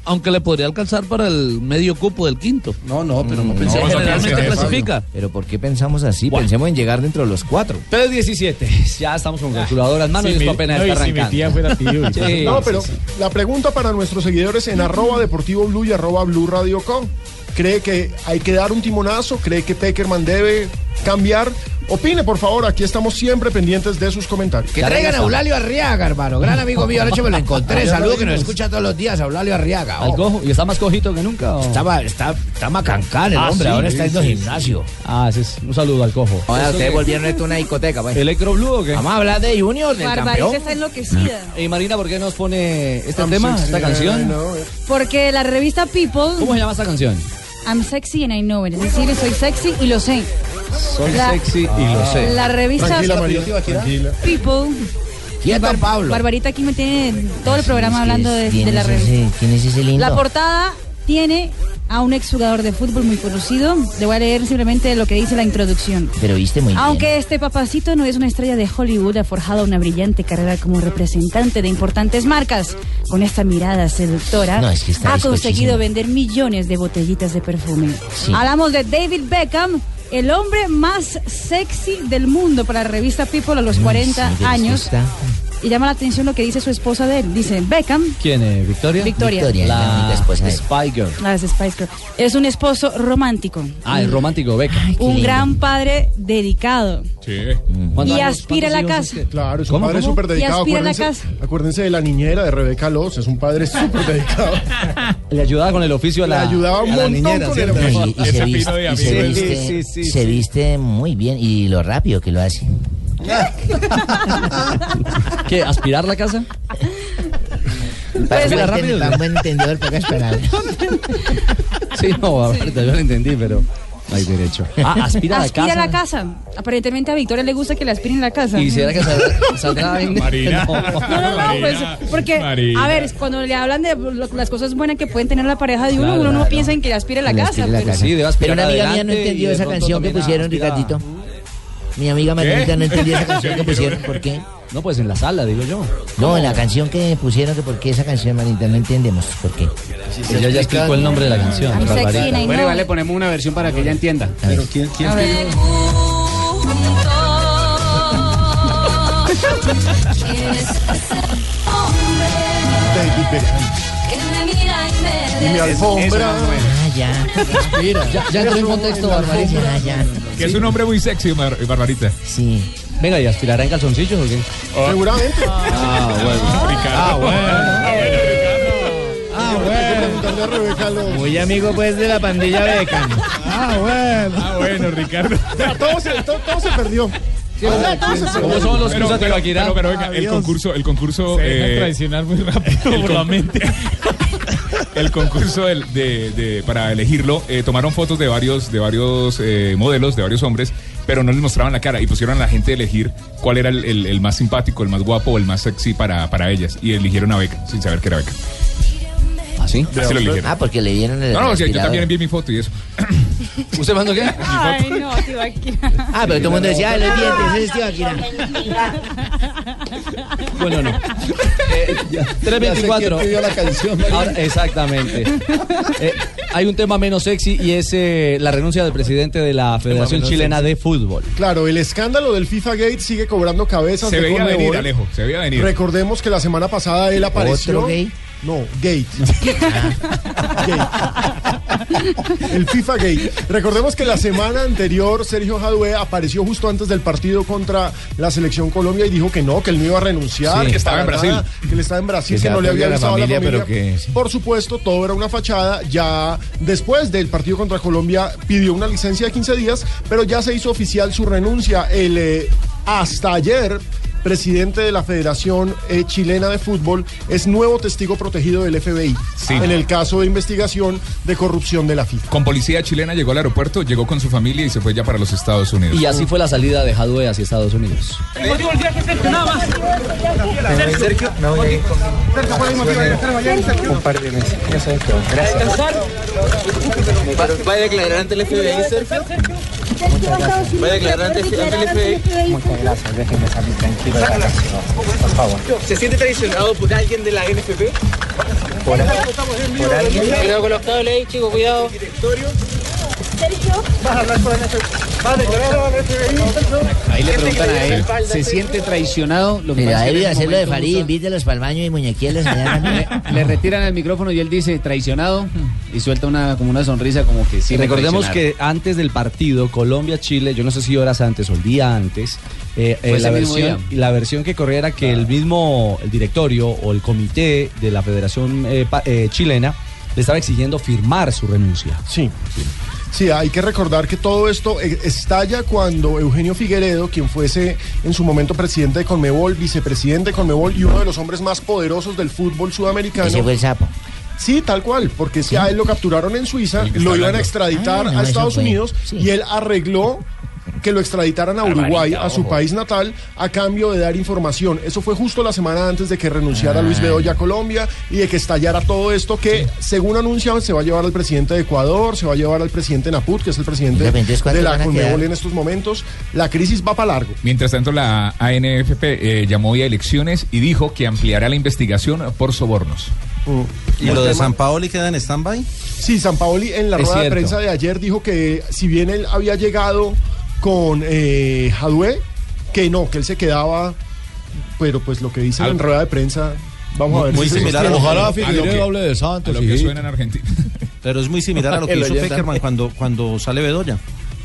Speaker 13: aunque le podría alcanzar para el medio cupo del quinto.
Speaker 16: No, no, pero no
Speaker 13: pensé. Generalmente clasifica.
Speaker 8: Pero ¿por qué pensamos así? Pensemos en llegar dentro de los cuatro.
Speaker 9: 3.17. Ya estamos con calculadoras,
Speaker 18: Ah,
Speaker 9: mano,
Speaker 8: Sí,
Speaker 9: y esto
Speaker 8: mi-
Speaker 9: apenas
Speaker 8: no, y
Speaker 9: está
Speaker 8: si mi
Speaker 9: arrancando.
Speaker 8: tía fuera tío,
Speaker 9: Sí,
Speaker 18: no,
Speaker 9: sí,
Speaker 18: pero
Speaker 9: sí.
Speaker 18: la pregunta para nuestros seguidores en arroba deportivo blue y arroba blue radio com. ¿Cree que hay que dar un timonazo? ¿Cree que Peckerman debe cambiar? Opine, por favor, aquí estamos siempre pendientes de sus comentarios.
Speaker 8: Que traigan a Eulalio Arriaga, hermano. Gran amigo mío. Anoche me lo encontré. Saludos que nos escucha todos los días. a Eulalio Arriaga.
Speaker 9: Al cojo, y está más cojito que nunca. ¿o?
Speaker 8: Estaba, está, está macancán el
Speaker 9: Ah,
Speaker 8: hombre.
Speaker 9: sí,
Speaker 8: Ahora está
Speaker 9: sí,
Speaker 8: yendo
Speaker 9: sí,
Speaker 8: al gimnasio.
Speaker 9: Ah, ese es un saludo al cojo.
Speaker 8: Ahora ustedes volvieron esto una discoteca, pues.
Speaker 9: ¿Electro Blue o qué?
Speaker 8: Vamos a hablar de Junior, del campeón.
Speaker 14: está enloquecida.
Speaker 9: Y Eh, Marina, ¿por qué nos pone este
Speaker 14: I'm
Speaker 9: tema,
Speaker 14: sexy
Speaker 9: esta
Speaker 14: and I
Speaker 9: canción?
Speaker 14: Porque la revista People.
Speaker 9: ¿Cómo se llama esta canción?
Speaker 14: I'm sexy and I know it. Es decir, soy sexy y lo sé.
Speaker 9: Soy
Speaker 14: La-
Speaker 9: sexy y lo sé.
Speaker 14: La revista People.
Speaker 8: ¿Quién
Speaker 14: Bar-
Speaker 8: Pablo?
Speaker 14: Barbarita aquí me tiene todo el programa hablando de,
Speaker 8: ¿Quién
Speaker 14: de la
Speaker 8: es
Speaker 14: revista.
Speaker 8: ese- ¿Quién es ese lindo?
Speaker 14: La portada tiene a un exjugador de fútbol muy conocido. Le voy a leer simplemente lo que dice la introducción.
Speaker 8: Pero viste muy bien.
Speaker 14: Aunque este papacito no es una estrella de Hollywood, ha forjado una brillante carrera como representante de importantes marcas. Con esta mirada seductora,
Speaker 8: No, es que está
Speaker 14: ha
Speaker 8: bizcochísimo.
Speaker 14: conseguido vender millones de botellitas de perfume.
Speaker 8: Sí.
Speaker 14: Hablamos de David Beckham, el hombre más sexy del mundo para la revista People a los 40
Speaker 9: Sí,
Speaker 14: años.
Speaker 9: está.
Speaker 14: Y llama la atención lo que dice su esposa de él. Dice, Beckham
Speaker 9: ¿Quién es? ¿Victoria?
Speaker 14: Victoria. Victoria,
Speaker 9: la,
Speaker 14: la única esposa de él.
Speaker 9: Spy Girl.
Speaker 14: las Spice Girls, ah, es un esposo romántico.
Speaker 9: Ah, el romántico Beca.
Speaker 14: Un gran padre dedicado.
Speaker 9: Sí.
Speaker 14: Y aspira a la casa.
Speaker 18: Mm. Claro, es un
Speaker 14: ¿Cómo,
Speaker 18: padre
Speaker 14: cómo?
Speaker 18: súper dedicado.
Speaker 14: Y aspira a la
Speaker 18: Acuérdense, acuérdense de la niñera de Rebeca Loz, es un padre súper dedicado.
Speaker 9: Le ayudaba con el oficio a
Speaker 18: Le
Speaker 9: la,
Speaker 18: ayudaba un
Speaker 9: a la
Speaker 18: montón
Speaker 9: niñera,
Speaker 18: con
Speaker 9: ¿cierto?
Speaker 18: el oficio.
Speaker 8: Y, y se viste, y se viste, se viste muy bien y lo rápido que lo hace.
Speaker 9: ¿Qué? ¿Aspirar la casa?
Speaker 8: Para Pues,
Speaker 9: Aspira
Speaker 8: un buen
Speaker 9: rápido.
Speaker 8: ten- para un buen entendedor, pocas palabras.
Speaker 9: Sí, no, a ver, yo lo entendí, pero no hay derecho. Ah, aspira a la
Speaker 14: Aspira
Speaker 9: casa.
Speaker 14: a la casa. Aparentemente a Victoria le gusta que le aspiren la casa.
Speaker 9: Y será que sal- saldrá bien.
Speaker 10: Marina.
Speaker 9: No,
Speaker 14: No, no, pues, porque,
Speaker 9: Marina.
Speaker 14: a ver, cuando le hablan de lo- las cosas buenas que pueden tener la pareja de uno,
Speaker 9: Claro,
Speaker 14: uno no
Speaker 9: claro.
Speaker 14: piensa en que le aspire la
Speaker 8: Le
Speaker 14: casa.
Speaker 8: aspira
Speaker 9: pues.
Speaker 8: la
Speaker 14: pero-
Speaker 8: casa. pero una amiga mía no entendió esa canción que pusieron, Ricardito. Mi amiga Margarita no entendió esa canción que pusieron. ¿Por qué?
Speaker 9: No, pues en la sala, digo yo.
Speaker 8: No, la canción que pusieron, que por qué esa canción, Margarita, no entendemos por qué.
Speaker 9: Ella ya explicó el nombre de la canción.
Speaker 8: I'm sexy and I know
Speaker 11: Bueno,
Speaker 8: it.
Speaker 11: igual le ponemos una versión para que ella entienda.
Speaker 8: Pero
Speaker 11: quién,
Speaker 8: quién-
Speaker 18: David Beckham. Y mi alfombra.
Speaker 8: Ah, ya.
Speaker 9: Ya, ya entró en contexto, Barbarita.
Speaker 10: Que es un hombre muy sexy, Mar- Barbarita.
Speaker 8: Sí.
Speaker 9: Venga, ¿y aspirará en calzoncillos o qué?
Speaker 18: Seguramente.
Speaker 9: Ah, bueno.
Speaker 10: Ricardo.
Speaker 9: Ah,
Speaker 18: Preguntarle a Rebeca Loz.
Speaker 8: Muy amigo, pues, de la pandilla Beckham.
Speaker 18: Ah, bueno. Ah, bueno, Ricardo. todo, se, todo, todo se perdió.
Speaker 10: Oh,
Speaker 18: Ah, todo se perdió.
Speaker 10: Pero-
Speaker 9: cruzas de
Speaker 10: pero-
Speaker 9: Ibaquirá?
Speaker 10: pero- pero venga, eh, el
Speaker 18: Adiós.
Speaker 10: concurso, el concurso. eh,
Speaker 19: Se dejan traicionar muy rápido por la
Speaker 10: mente. El concurso del- de, de- para elegirlo, eh, tomaron fotos de varios, de varios eh, modelos, de varios hombres, pero no les mostraban la cara y pusieron a la gente a elegir cuál era el, el- el más simpático, el más guapo o el más sexy para, para ellas. Y eligieron a Beca, sin saber que era Beca.
Speaker 9: ¿Ah, sí?
Speaker 10: Así lo eligieron.
Speaker 8: Ah, porque le dieron el.
Speaker 10: No, no, sí, yo
Speaker 8: respirador.
Speaker 10: también envié mi foto y eso.
Speaker 9: ¿Usted mandó qué?
Speaker 8: Ay,
Speaker 14: no,
Speaker 8: Ah, pero todo el mundo decía, ah, los dientes, ese es
Speaker 9: Bueno, no. Eh, ya,
Speaker 13: Ya sé
Speaker 9: 324.
Speaker 13: quién pidió la canción, Marina.
Speaker 9: Ahora, exactamente. Eh, hay un tema menos sexy y es eh, la renuncia del presidente de la Federación
Speaker 18: menos
Speaker 9: Chilena
Speaker 18: sexy.
Speaker 9: de Fútbol.
Speaker 18: Claro, el escándalo del FIFA Gate sigue cobrando cabezas.
Speaker 10: Se
Speaker 18: de
Speaker 10: veía
Speaker 18: Conmebol.
Speaker 10: venir, Alejo, se veía venir.
Speaker 18: Recordemos que la semana pasada él apareció.
Speaker 10: ¿Otro gay?
Speaker 18: No, Gate. Gate. El FIFA Gate. Recordemos que la semana anterior Sergio Jadue apareció justo antes del partido contra la selección Colombia y dijo que no, que él no iba a renunciar,
Speaker 10: Sí, que estaba en
Speaker 18: para
Speaker 10: Brasil.
Speaker 18: que él estaba en Brasil,
Speaker 10: Que
Speaker 18: que,
Speaker 10: se
Speaker 18: no le
Speaker 10: apoya
Speaker 18: había
Speaker 10: a la
Speaker 18: avisado a la
Speaker 10: familia,
Speaker 18: familia.
Speaker 10: pero que sí.
Speaker 18: Por supuesto, todo era una fachada. Ya después del partido contra Colombia pidió una licencia de 15 días, pero ya se hizo oficial su renuncia. El eh, hasta ayer presidente de la Federación eh, Chilena de Fútbol, es nuevo testigo protegido del FBI
Speaker 10: Sí.
Speaker 18: en el caso de investigación de corrupción de la FIFA.
Speaker 10: Con policía chilena llegó al aeropuerto, llegó con su familia y se fue ya para los Estados Unidos.
Speaker 9: Y así fue la salida de Jadwe hacia Estados Unidos.
Speaker 23: nada más.
Speaker 15: Sergio, me voy a ir con- un par de meses. Ya sabes todo. Gracias.
Speaker 23: ¿Va a declarar ante el FBI, Sergio? ¿Va a declarar ante ante el FBI?
Speaker 15: Muchas gracias. Déjenme salir tranquilo de la casa. Por favor.
Speaker 23: ¿Se siente traicionado por alguien de la NFP?
Speaker 15: Por ahí. Por alguien.
Speaker 23: Cuidado con los cables ahí, chicos, cuidado. Sergio. Vas a hablar con el FBI. Vas a declarar al FBI.
Speaker 11: Ahí le preguntan a él, ¿se siente traicionado? Lo que
Speaker 17: Pero
Speaker 11: pasa es que
Speaker 17: ahí
Speaker 11: en
Speaker 17: debe
Speaker 11: ese
Speaker 17: hacerlo de
Speaker 11: momento
Speaker 17: Farid, invítelos para el baño y muñequieles allá.
Speaker 11: Le retiran el micrófono y él dice, traicionado, y suelta una, como una sonrisa como que sí.
Speaker 9: Y
Speaker 11: me
Speaker 9: recordemos
Speaker 11: traicionaron.
Speaker 9: que antes del partido Colombia-Chile, yo no sé si horas antes o el día antes, eh,
Speaker 11: Fue
Speaker 9: eh,
Speaker 11: ese
Speaker 9: la,
Speaker 11: mismo
Speaker 9: versión, y la versión que corría era que el mismo el directorio o el comité de la Federación eh, pa- eh, Chilena le estaba exigiendo firmar su renuncia.
Speaker 18: Sí. Sí, hay que recordar que todo esto eh, estalla cuando Eugenio Figueredo, quien fuese en su momento presidente de Conmebol, vicepresidente de Conmebol y uno de los hombres más poderosos del fútbol sudamericano.
Speaker 17: Ese fue el sapo.
Speaker 18: Sí, tal cual, porque si a él lo capturaron en Suiza,
Speaker 17: El que
Speaker 18: lo
Speaker 17: está
Speaker 18: iban
Speaker 17: hablando.
Speaker 18: a extraditar
Speaker 17: Ah, no,
Speaker 18: a
Speaker 17: eso
Speaker 18: Estados
Speaker 17: fue.
Speaker 18: Unidos
Speaker 17: Sí.
Speaker 18: y él arregló que lo extraditaran a
Speaker 17: Barbarita,
Speaker 18: Uruguay, a su
Speaker 17: ojo.
Speaker 18: país natal, a cambio de dar información. Eso fue justo la semana antes de que renunciara
Speaker 17: Ah.
Speaker 18: Luis Bedoya a Colombia y de que estallara todo esto que, según anunciaban, se va a llevar al presidente de Ecuador, se va a llevar al presidente Naput, que es el presidente
Speaker 17: Pero, entonces, ¿cuántos
Speaker 18: de la
Speaker 17: van a
Speaker 18: Conmebol
Speaker 17: quedar?
Speaker 18: en estos momentos. La crisis va para largo.
Speaker 10: Mientras tanto, la ANFP eh, llamó hoy a elecciones y dijo que ampliará la investigación por sobornos.
Speaker 1: ¿Y lo de San
Speaker 18: Paoli queda en stand-by? Sí, San Paoli en la
Speaker 10: Es
Speaker 18: rueda de
Speaker 10: cierto.
Speaker 18: prensa de ayer dijo que si bien él había llegado con eh, Jadue, que no, que él se quedaba, pero pues lo que dice
Speaker 1: Al-
Speaker 18: en rueda de prensa, vamos a ver.
Speaker 1: muy
Speaker 18: si se
Speaker 1: similar a
Speaker 18: sostiene.
Speaker 1: lo- a lo que- a lo que suena en
Speaker 10: Argentina.
Speaker 1: Pero es muy similar a lo que
Speaker 9: El
Speaker 1: hizo
Speaker 9: oyente.
Speaker 1: Peckerman cuando, cuando sale Bedoya.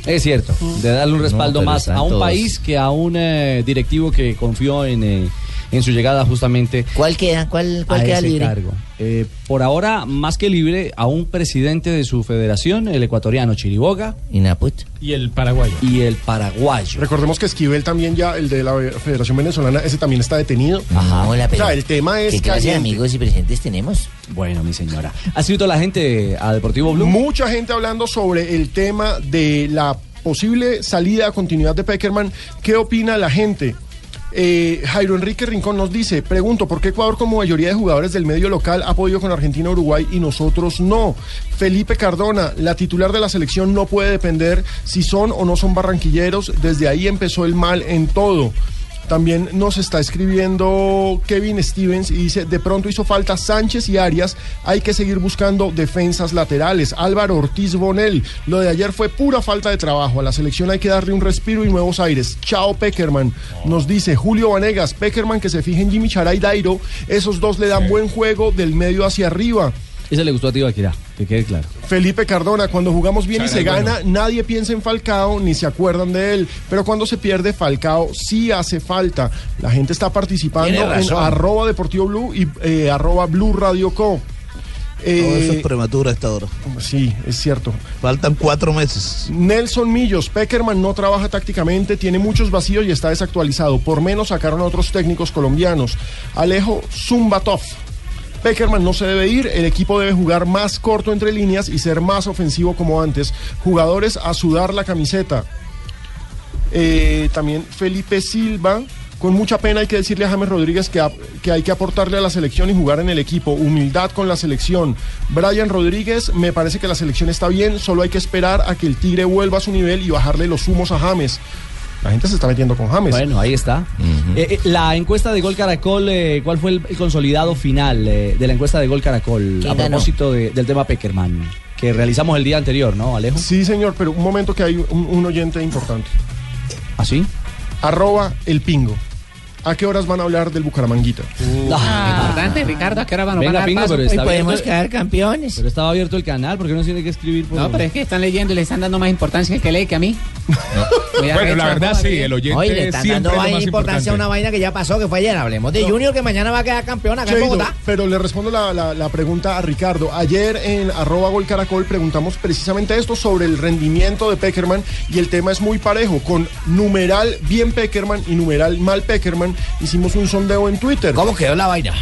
Speaker 9: Es cierto, de darle un
Speaker 1: No,
Speaker 9: respaldo
Speaker 1: pero
Speaker 9: más
Speaker 1: están
Speaker 9: a un
Speaker 1: todos.
Speaker 9: país que a un eh, directivo que confió en, eh, en su llegada justamente.
Speaker 17: ¿Cuál queda? ¿Cuál, cuál
Speaker 9: a
Speaker 17: queda
Speaker 9: ese
Speaker 17: libre?
Speaker 9: cargo. Eh, por ahora, más que libre, a un presidente de su federación, el ecuatoriano Chiriboga.
Speaker 17: Y Naput.
Speaker 18: Y el paraguayo.
Speaker 9: Y el paraguayo.
Speaker 18: Recordemos que Esquivel también ya, el de la Federación Venezolana, ese también está detenido.
Speaker 17: Ajá, hola, pero
Speaker 18: O sea, el tema es
Speaker 17: ¿Qué clase de
Speaker 18: caliente.
Speaker 17: amigos y presidentes tenemos?
Speaker 9: Bueno, mi señora. ¿Ha sido toda la gente a Deportivo Blue?
Speaker 18: Mucha gente hablando sobre el tema de la posible salida a continuidad de Peckerman. ¿Qué opina la gente? Eh, Jairo Enrique Rincón nos dice, pregunto, ¿por qué Ecuador como mayoría de jugadores del medio local ha podido con Argentina, Uruguay y nosotros no? Felipe Cardona, la titular de la selección no puede depender si son o no son barranquilleros, desde ahí empezó el mal en todo. También nos está escribiendo Kevin Stevens y dice, de pronto hizo falta Sánchez y Arias, hay que seguir buscando defensas laterales. Álvaro Ortiz Bonel, lo de ayer fue pura falta de trabajo, a la selección hay que darle un respiro y nuevos aires. Chao Peckerman, nos dice Julio Vanegas, Peckerman que se fije en Jimmy Chará y Dairo, esos dos le dan buen juego del medio hacia arriba.
Speaker 9: Ese le gustó a Tibaquirá, que quede claro.
Speaker 18: Felipe Cardona, cuando jugamos bien y
Speaker 9: Chará
Speaker 18: se
Speaker 9: es bueno.
Speaker 18: gana, nadie piensa en Falcao ni se acuerdan de él. Pero cuando se pierde, Falcao sí hace falta. La gente está participando
Speaker 13: Tiene
Speaker 18: en
Speaker 13: razón.
Speaker 18: arroba Deportivo Blue y eh, arroba Blue Radio Co.
Speaker 13: Todo eso
Speaker 18: Eh,
Speaker 13: es prematura a esta hora.
Speaker 18: Sí, es cierto.
Speaker 13: Faltan cuatro meses.
Speaker 18: Nelson Millos, Peckerman no trabaja tácticamente, tiene muchos vacíos y está desactualizado. Por menos sacaron a otros técnicos colombianos. Alejo Zumbatov. Peckerman no se debe ir, el equipo debe jugar más corto entre líneas y ser más ofensivo como antes. Jugadores a sudar la camiseta. Eh, también Felipe Silva. Con mucha pena hay que decirle a James Rodríguez que, ap- que hay que aportarle a la selección y jugar en el equipo. Humildad con la selección. Brian Rodríguez, me parece que la selección está bien, solo hay que esperar a que el Tigre vuelva a su nivel y bajarle los humos a James. La gente se está metiendo con James.
Speaker 9: Bueno, ahí está. Eh, eh, la encuesta de Gol Caracol, eh, ¿cuál fue el, el consolidado final eh, de la encuesta de Gol Caracol
Speaker 18: ¿Quién
Speaker 9: a
Speaker 18: ganó?
Speaker 9: propósito de- del tema Peckerman? Que realizamos el día anterior, ¿no, Alejo?
Speaker 18: Sí, señor, pero un momento que hay un, un oyente importante.
Speaker 8: ¿Ah,
Speaker 9: ¿Así?
Speaker 18: Arroba el pingo. ¿A qué horas van a hablar del Bucaramanguita?
Speaker 8: Ah.
Speaker 11: Importante, Ricardo, ¿a qué hora van a
Speaker 9: Ah. Venga,
Speaker 11: pagar
Speaker 9: pingo,
Speaker 11: paso?
Speaker 9: pero
Speaker 11: Hoy
Speaker 9: está
Speaker 11: podemos
Speaker 9: abierto-
Speaker 11: quedar campeones.
Speaker 9: Pero estaba abierto el canal, porque no tiene que escribir por...
Speaker 11: No, pero es que están leyendo y le están dando más importancia que lee que a mí.
Speaker 10: Bueno, la verdad sí, el oyente
Speaker 8: Hoy le están
Speaker 10: siempre
Speaker 8: dando
Speaker 10: es lo
Speaker 8: vaina
Speaker 10: más
Speaker 8: importancia a una vaina que ya pasó, que fue ayer. Pues Hablemos de
Speaker 18: No.
Speaker 8: Junior, que mañana va a quedar campeón acá en
Speaker 18: Cheito,
Speaker 8: Bogotá.
Speaker 18: pero le respondo la, la- la pregunta a Ricardo. Ayer en arroba gol caracol preguntamos precisamente esto sobre el rendimiento de Peckerman y el tema es muy parejo. Con numeral bien Peckerman y numeral mal Peckerman hicimos un sondeo en Twitter. ¿Cómo
Speaker 5: quedó la vaina?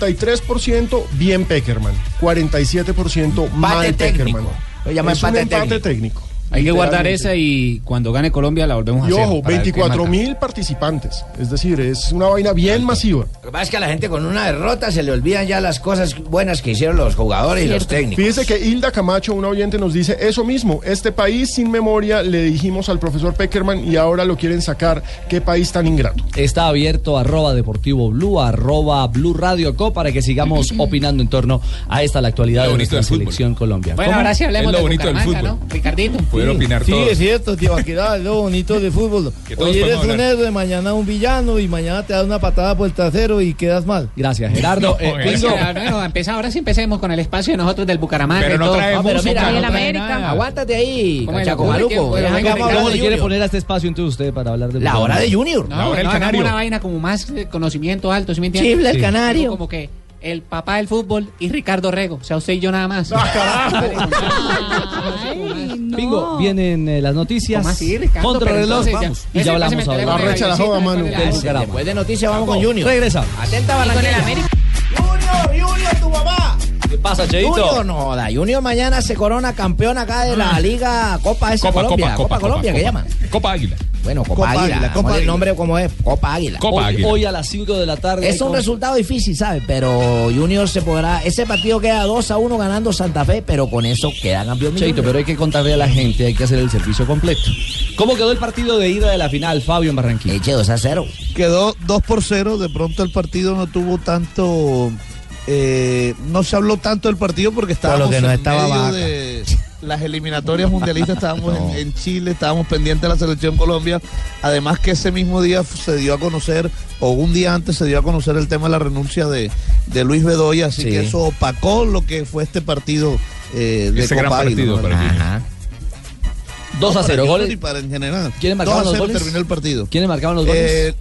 Speaker 18: 53% bien Peckerman, 47% mal
Speaker 11: Empate técnico.
Speaker 18: Peckerman.
Speaker 11: Lo llama
Speaker 18: es un
Speaker 11: empate
Speaker 18: empate técnico.
Speaker 11: Hay que guardar
Speaker 18: literalmente.
Speaker 11: esa y cuando gane Colombia la volvemos
Speaker 18: Y
Speaker 11: a hacer.
Speaker 18: ojo,
Speaker 11: para ver qué
Speaker 18: 24
Speaker 11: marca.
Speaker 18: mil participantes. Es decir, es una vaina bien masiva.
Speaker 8: Lo que pasa es que a la gente con una derrota se le olvidan ya las cosas buenas que hicieron los jugadores y los técnicos.
Speaker 18: Fíjese que Hilda Camacho, una oyente, nos dice eso mismo. Este país sin memoria le dijimos al profesor Peckerman y ahora lo quieren sacar. Qué país tan ingrato.
Speaker 9: Está abierto arroba deportivo blue, arroba blue radio co para que sigamos opinando en torno a esta la actualidad
Speaker 10: Lo
Speaker 9: de
Speaker 10: bonito
Speaker 9: nuestra
Speaker 10: del fútbol.
Speaker 9: selección Colombia.
Speaker 11: Bueno,
Speaker 9: ¿Cómo?
Speaker 11: ahora sí hablemos de Bucaramanga, ¿no? Ricardito.
Speaker 9: Poder opinar
Speaker 11: Sí,
Speaker 9: todos.
Speaker 11: es
Speaker 5: cierto, Tibaquirá, es lo bonito del fútbol.
Speaker 9: Que todos
Speaker 5: Hoy eres
Speaker 9: podemos
Speaker 5: un
Speaker 9: hablar.
Speaker 5: héroe, mañana un villano y mañana te das una patada por el trasero y quedas mal.
Speaker 9: Gracias, Gerardo. Eh, Pingo.
Speaker 11: Pero, bueno, empieza- ahora sí empecemos con el espacio de nosotros del Bucaramanga.
Speaker 9: Pero
Speaker 11: y
Speaker 9: no
Speaker 11: todo.
Speaker 9: trae
Speaker 11: pero
Speaker 9: música,
Speaker 11: mira,
Speaker 9: no
Speaker 11: no trae
Speaker 8: América.
Speaker 11: nada.
Speaker 8: Aguántate ahí,
Speaker 11: ¿Cómo le
Speaker 8: cachaco
Speaker 11: ocurre?
Speaker 8: maluco.
Speaker 11: ¿Qué? Bueno,
Speaker 8: Ya
Speaker 11: venga,
Speaker 8: venga,
Speaker 11: hablamos
Speaker 9: ¿Cómo le
Speaker 11: de
Speaker 9: quiere
Speaker 11: Junior.
Speaker 9: poner a este espacio entonces usted para hablar de
Speaker 8: La hora de Junior.
Speaker 11: No, no, hagamos una vaina como más eh, conocimiento alto, ¿sí me entiendes?
Speaker 8: Chifla el
Speaker 11: Sí.
Speaker 8: canario.
Speaker 11: Digo Como que el papá del fútbol y Ricardo Rego. O sea, usted y yo nada más.
Speaker 9: Pingo, vienen eh, las noticias.
Speaker 11: ¿Cómo así, Ricardo?
Speaker 9: Contra
Speaker 11: Pero
Speaker 9: reloj.
Speaker 11: entonces ya-
Speaker 9: Vamos. Y
Speaker 11: ese
Speaker 9: ya
Speaker 11: páseme
Speaker 9: hablamos
Speaker 11: el
Speaker 9: ahora.
Speaker 11: teléfono de Arrecha la joda, Manu.
Speaker 9: Del
Speaker 11: Del
Speaker 9: Bucaramanga.
Speaker 8: Después de noticias vamos con Junior.
Speaker 9: Regresamos.
Speaker 8: Atenta,
Speaker 11: Y con el América.
Speaker 8: Junior, Junior, tu mamá.
Speaker 9: ¿Qué pasa, Cheito?
Speaker 8: Junior, no joda. Junior mañana se corona campeón acá de la Liga Copa esa
Speaker 10: Copa,
Speaker 8: Colombia.
Speaker 10: Copa, Copa,
Speaker 8: Colombia,
Speaker 10: Copa,
Speaker 8: que
Speaker 10: Copa.
Speaker 8: llaman.
Speaker 10: Copa Águila.
Speaker 8: Bueno, Copa,
Speaker 9: Copa
Speaker 8: Águila.
Speaker 9: Águila, Copa
Speaker 8: Vamos, El
Speaker 9: Águila.
Speaker 8: nombre como es, Copa Águila.
Speaker 9: Hoy, hoy a las 5 de la tarde.
Speaker 8: Es un
Speaker 9: con-
Speaker 8: resultado difícil, ¿sabes? Pero Junior se podrá. Ese partido queda 2 a 1 ganando Santa Fe, pero con eso queda campeón.
Speaker 9: Cheito,
Speaker 8: Junior.
Speaker 9: pero hay que contarle a la gente, hay que hacer el servicio completo. ¿Cómo quedó el partido de ida de la final, Fabio, en Barranquilla?
Speaker 8: Eche 2 a 0.
Speaker 13: Quedó 2 por 0, de pronto el partido no tuvo tanto... eh, no se habló tanto del partido porque estábamos
Speaker 8: que no
Speaker 13: en
Speaker 8: estaba
Speaker 13: medio
Speaker 8: vaca.
Speaker 13: de las eliminatorias mundialistas, estábamos en, en Chile, estábamos pendientes de la selección Colombia. Además que ese mismo día se dio a conocer, o un día antes se dio a conocer el tema de la renuncia de, de Luis Bedoya, así
Speaker 8: Sí.
Speaker 13: que eso opacó lo que fue este partido eh, de
Speaker 8: Ese
Speaker 13: Copa
Speaker 8: gran
Speaker 13: Águila,
Speaker 8: partido
Speaker 13: ¿no?
Speaker 8: para Junior. Ajá.
Speaker 9: 2 a
Speaker 13: No, para
Speaker 9: 0
Speaker 13: Junior
Speaker 9: goles.
Speaker 13: y para en general.
Speaker 9: ¿Quiénes marcaron
Speaker 13: 2 a
Speaker 9: los
Speaker 13: 0
Speaker 9: goles?
Speaker 13: terminó el partido.
Speaker 9: ¿Quiénes marcaron los goles?
Speaker 13: Eh,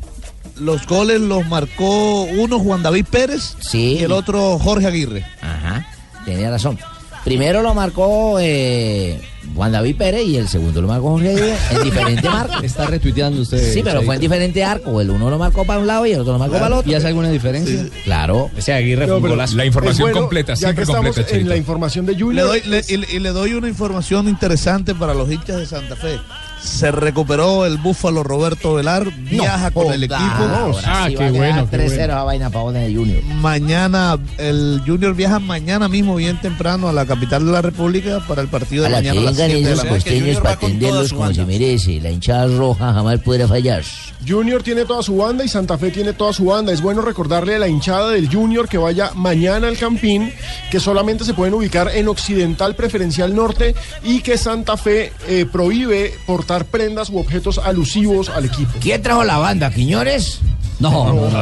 Speaker 13: los goles los marcó uno Juan David Pérez
Speaker 8: Sí.
Speaker 13: y el otro Jorge Aguirre.
Speaker 8: Ajá, tenía razón. Primero lo marcó eh, Juan David Pérez y el segundo lo marcó Jorge Aguirre en diferente marco.
Speaker 9: Está retuiteando usted.
Speaker 8: Sí, pero
Speaker 9: Cheito.
Speaker 8: fue en diferente arco. El uno lo marcó para un lado y el otro lo marcó para el otro.
Speaker 9: ¿Y hace alguna diferencia?
Speaker 8: Claro.
Speaker 11: Ese Aguirre
Speaker 13: No,
Speaker 11: fue un
Speaker 13: pero
Speaker 11: golazo.
Speaker 13: la
Speaker 18: Es bueno, ya que estamos en la
Speaker 13: Cheito.
Speaker 18: información de
Speaker 13: Le
Speaker 18: Junior.
Speaker 13: doy, le- y, y le doy una información interesante para los hinchas de Santa Fe. Se recuperó el búfalo Roberto Velar, viaja con el equipo.
Speaker 8: ah, qué bueno. 3-0 a vaina para de Junior.
Speaker 13: Mañana, el Junior viaja mañana mismo, bien temprano, a la capital de la República para el partido de
Speaker 8: A la que
Speaker 13: mañana a las
Speaker 8: vengan
Speaker 13: 7 de la
Speaker 8: esos
Speaker 17: pues
Speaker 13: noche.
Speaker 8: costeños para atenderlos como se merece. La hinchada roja jamás podrá fallar.
Speaker 18: Junior tiene toda su banda y Santa Fe tiene toda su banda. Es bueno recordarle a la hinchada del Junior que vaya mañana al Campín, que solamente se pueden ubicar en Occidental Preferencial Norte y que Santa Fe eh, prohíbe portar prendas u objetos alusivos al equipo.
Speaker 8: ¿Quién trajo la banda, Quiñones?
Speaker 9: No, no, no,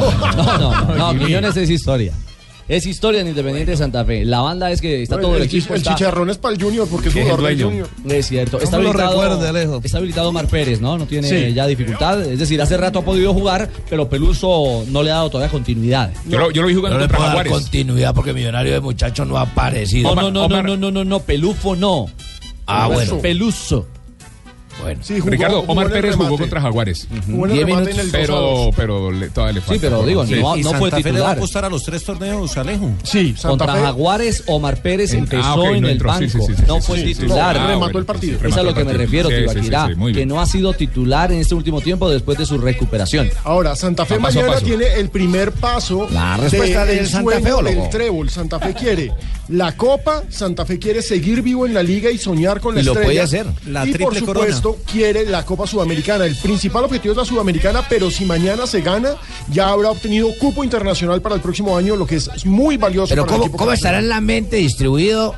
Speaker 9: no, no, no, Quiñones es historia. Es historia en Independiente de Santa Fe. La banda es que está
Speaker 18: No,
Speaker 9: todo el,
Speaker 18: el chi-
Speaker 9: equipo.
Speaker 18: el
Speaker 9: está-
Speaker 18: chicharrón es para el Junior porque es
Speaker 9: Que es el
Speaker 18: jugador del
Speaker 9: dueño.
Speaker 18: Junior.
Speaker 9: Es cierto. Está
Speaker 18: me lo
Speaker 9: habilitado,
Speaker 18: recuerde,
Speaker 9: está habilitado Omar Pérez, ¿no? No tiene
Speaker 18: Sí.
Speaker 9: eh, ya dificultad. Es decir, hace rato ha podido jugar, pero Peluso no le ha dado todavía continuidad.
Speaker 4: Yo lo, yo lo vi jugando no contra Jaguares. continuidad porque Millonario de Muchacho no ha aparecido.
Speaker 9: No, no, no, no, no, no, no, no, Pelufo no.
Speaker 4: Ah, bueno.
Speaker 9: Peluso.
Speaker 4: Bueno.
Speaker 18: Sí, jugó-
Speaker 10: Ricardo,
Speaker 18: jugó
Speaker 10: Omar
Speaker 18: en el
Speaker 10: Pérez jugó
Speaker 18: remate.
Speaker 10: contra Jaguares.
Speaker 18: Jugó en el
Speaker 10: Diez
Speaker 18: remate
Speaker 10: minutos.
Speaker 18: en el
Speaker 10: pero,
Speaker 18: 2-2.
Speaker 10: pero le, todavía le falta.
Speaker 9: pero digo,
Speaker 10: Sí.
Speaker 9: no-
Speaker 1: ¿Y
Speaker 9: no fue
Speaker 1: Santa Fe le va a
Speaker 9: titular.
Speaker 1: costar a los tres torneos, Alejo?
Speaker 18: Sí,
Speaker 9: Contra Jaguares, Omar Pérez
Speaker 1: En-
Speaker 9: empezó
Speaker 1: ah, ok,
Speaker 9: en
Speaker 1: no
Speaker 9: el
Speaker 1: entró, sí,
Speaker 9: banco.
Speaker 1: sí, sí,
Speaker 9: no
Speaker 1: sí,
Speaker 9: fue
Speaker 1: sí, sí, sí.
Speaker 9: titular.
Speaker 1: Ah, Remató bueno, el partido. sí,
Speaker 9: Es
Speaker 1: remató
Speaker 9: a lo
Speaker 1: el
Speaker 9: que me
Speaker 1: partido.
Speaker 9: refiero,
Speaker 1: Sí, sí, sí,
Speaker 9: Tibaquirá,
Speaker 1: sí, muy
Speaker 9: que
Speaker 1: bien.
Speaker 9: no ha sido titular en este último tiempo después de su recuperación.
Speaker 18: Ahora, Santa Fe
Speaker 9: A paso a
Speaker 18: mañana
Speaker 9: paso.
Speaker 18: tiene el primer paso
Speaker 9: La respuesta del
Speaker 18: sueño
Speaker 9: santafeólogo.
Speaker 18: del trébol. Santa Fe quiere la Copa, Santa Fe quiere seguir vivo en la liga y soñar con la
Speaker 16: Y lo
Speaker 18: estrella.
Speaker 16: puede hacer, la
Speaker 18: y por
Speaker 16: triple
Speaker 18: supuesto quiere la Copa Sudamericana. El principal objetivo es la Sudamericana, pero si mañana se gana, ya habrá obtenido cupo internacional para el próximo año, lo que es muy valioso
Speaker 8: Pero
Speaker 18: para el
Speaker 8: ¿cómo,
Speaker 18: equipo
Speaker 8: cómo
Speaker 18: colombiano.
Speaker 8: estará en la mente distribuido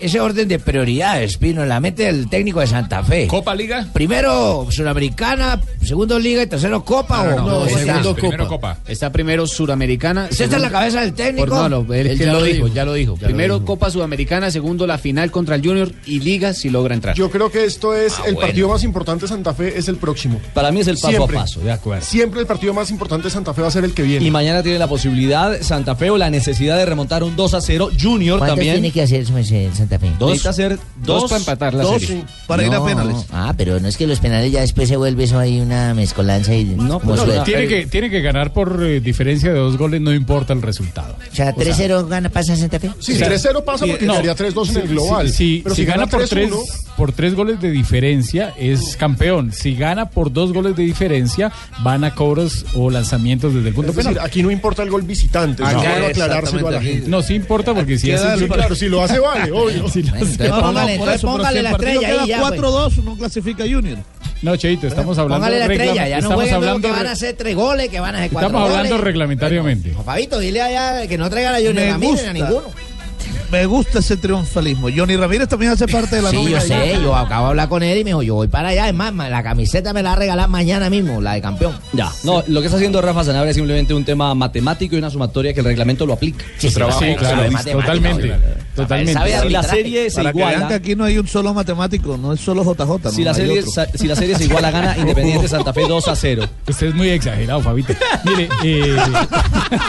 Speaker 8: ese orden de prioridades, Pino, en la mente del técnico de Santa Fe.
Speaker 10: ¿Copa Liga?
Speaker 8: Primero Sudamericana, segundo Liga y tercero Copa.
Speaker 11: No,
Speaker 8: ¿o
Speaker 11: no, no,
Speaker 8: está?
Speaker 11: segundo Copa. Está primero Suramericana.
Speaker 8: Esa está en la cabeza del técnico.
Speaker 11: Por- no, no, él,
Speaker 8: Él
Speaker 11: él
Speaker 8: ya
Speaker 11: ya
Speaker 8: lo
Speaker 11: lo
Speaker 8: dijo.
Speaker 11: dijo, ya lo dijo.
Speaker 8: Ya lo
Speaker 11: primero
Speaker 8: dijo.
Speaker 11: Copa Sudamericana, segundo la final contra el Junior y Liga si logra entrar.
Speaker 18: Yo creo que esto es el
Speaker 11: bueno.
Speaker 18: partido más importante de Santa Fe, es el próximo.
Speaker 9: Para mí Ah, es el paso
Speaker 18: Siempre.
Speaker 9: a paso, de acuerdo.
Speaker 18: Siempre el partido más importante de Santa Fe va a ser el que viene.
Speaker 9: Y mañana tiene la posibilidad Santa Fe o la necesidad de remontar un 2 a 0 Junior
Speaker 8: ¿Cuántos
Speaker 9: también.
Speaker 8: tiene que hacer su merced en Santa Fe?
Speaker 9: Dos. Necesita hacer dos dos para empatar la dos serie. para ir a penales.
Speaker 8: Ah, pero no es que los penales ya después se vuelve eso ahí una mezcolanza y no,
Speaker 19: No, no, tiene, que, tiene que ganar por eh, diferencia de dos goles, no importa el resultado.
Speaker 8: O sea, 3-0 gana pasa Santa Fe.
Speaker 18: Sí, 3-0 pasa porque quedaría 3-2 en el
Speaker 19: Sí,
Speaker 18: global.
Speaker 19: sí, sí,
Speaker 18: Pero
Speaker 19: si,
Speaker 18: si
Speaker 19: gana,
Speaker 18: gana
Speaker 19: por,
Speaker 18: 3-1,
Speaker 19: tres, por tres goles de diferencia, es campeón. Si gana por dos goles de diferencia, van a cobros o lanzamientos desde el punto
Speaker 18: Es decir,
Speaker 19: penal.
Speaker 18: aquí no importa el gol visitante, es
Speaker 19: Ah, ya,
Speaker 18: bueno aclarárselo a la
Speaker 19: exactamente,
Speaker 18: gente.
Speaker 19: No, sí importa porque si
Speaker 18: Queda
Speaker 19: hace-
Speaker 18: el- claro, si lo hace, vale, obvio.
Speaker 19: Si lo hace-
Speaker 18: Entonces,
Speaker 19: No,
Speaker 13: póngale,
Speaker 19: no, por
Speaker 13: entonces
Speaker 19: eso, pero
Speaker 13: póngale
Speaker 19: si el
Speaker 13: la
Speaker 19: partido
Speaker 13: estrella
Speaker 19: queda
Speaker 13: ahí
Speaker 8: pues.
Speaker 13: ya,
Speaker 19: 4-2,
Speaker 13: no clasifica Junior.
Speaker 19: No, Cheito, estamos hablando.
Speaker 8: Póngale la estrella, ya no
Speaker 19: estamos
Speaker 8: jueguen luego
Speaker 19: hablando
Speaker 8: que van a hacer tres goles, que van a hacer cuatro
Speaker 19: Estamos hablando
Speaker 8: goles.
Speaker 19: reglamentariamente.
Speaker 8: Fabito, dile allá que no traigan a Junior
Speaker 13: Me
Speaker 8: Ramírez
Speaker 13: gusta.
Speaker 8: a ninguno.
Speaker 13: Me gusta ese triunfalismo. Johnny Ramírez también hace parte de la
Speaker 8: Sí, yo
Speaker 13: nómina.
Speaker 8: sé, yo acabo de hablar con él y me dijo, yo voy para allá, es más, ma- la camiseta me la va a regalar mañana mismo, la de campeón.
Speaker 9: Ya, no, lo que está haciendo Rafa Sanabria es simplemente un tema matemático y una sumatoria que el reglamento lo aplica.
Speaker 13: Su trabajo,
Speaker 9: sí,
Speaker 13: claro,
Speaker 9: claro,
Speaker 13: matemático,
Speaker 9: totalmente,
Speaker 13: claro.
Speaker 9: totalmente. Si la serie se
Speaker 13: Para que vean
Speaker 9: iguala,
Speaker 13: que aquí no hay un solo matemático, no es solo JJ. no,
Speaker 9: si la
Speaker 13: hay
Speaker 9: serie,
Speaker 13: otro.
Speaker 9: sa- si la serie se iguala gana Independiente Santa Fe 2 a 0.
Speaker 19: Usted es muy exagerado, Fabito. Mire, eh,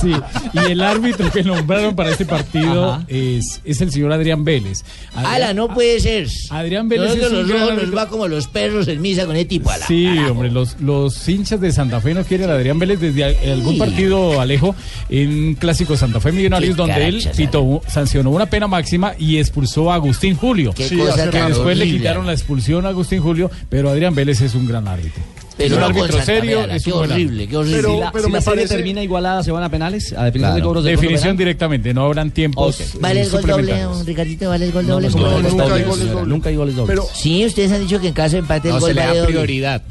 Speaker 19: sí, y el árbitro que nombraron para este partido es, es el señor Adrián Vélez. Adrián-
Speaker 8: Ala, no puede ser.
Speaker 19: Adrián Vélez es
Speaker 8: Nosotros
Speaker 19: un
Speaker 8: los
Speaker 19: gran
Speaker 8: rojos nos
Speaker 19: árbitro.
Speaker 8: va como los perros en misa con este ese tipo. Ala.
Speaker 19: Sí, hombre, los, los hinchas de Santa Fe no quieren a Adrián Vélez desde a- eh, algún
Speaker 8: Sí.
Speaker 19: partido, Alejo, en un clásico Santa Fe Millonarios,
Speaker 8: Qué
Speaker 19: donde él
Speaker 8: carachas,
Speaker 19: pitó- sancionó una pena máxima y expulsó a Agustín Julio.
Speaker 8: Qué Sí, cosa hace
Speaker 19: que
Speaker 8: rato.
Speaker 19: después le
Speaker 8: horrible.
Speaker 19: quitaron la expulsión a Agustín Julio, pero Adrián Vélez es un gran árbitro.
Speaker 8: Pero
Speaker 19: es un
Speaker 8: no con
Speaker 19: árbitro
Speaker 8: Santa Fe,
Speaker 19: serio,
Speaker 8: ala,
Speaker 19: es
Speaker 8: qué
Speaker 19: un buen
Speaker 8: horrible,
Speaker 19: árbitro.
Speaker 8: qué horrible.
Speaker 9: si la, si la serie termina igualada, ¿se van a penales? A definición de cobros de
Speaker 19: Definición
Speaker 9: punto penal?
Speaker 19: directamente, no habrán tiempos. eh,
Speaker 8: ¿Vale el gol doble,
Speaker 19: suplementarios.
Speaker 8: don Ricardito? ¿Vale el gol
Speaker 19: No,
Speaker 8: doble?
Speaker 19: no,
Speaker 8: como
Speaker 19: no,
Speaker 8: la
Speaker 19: nunca
Speaker 8: Copa?
Speaker 19: hay goles dobles.
Speaker 9: Nunca hay goles dobles.
Speaker 8: Sí, ustedes han dicho que en caso de empate el
Speaker 11: No,
Speaker 8: gol
Speaker 11: se le
Speaker 8: vale
Speaker 11: da
Speaker 8: doble.
Speaker 11: prioridad.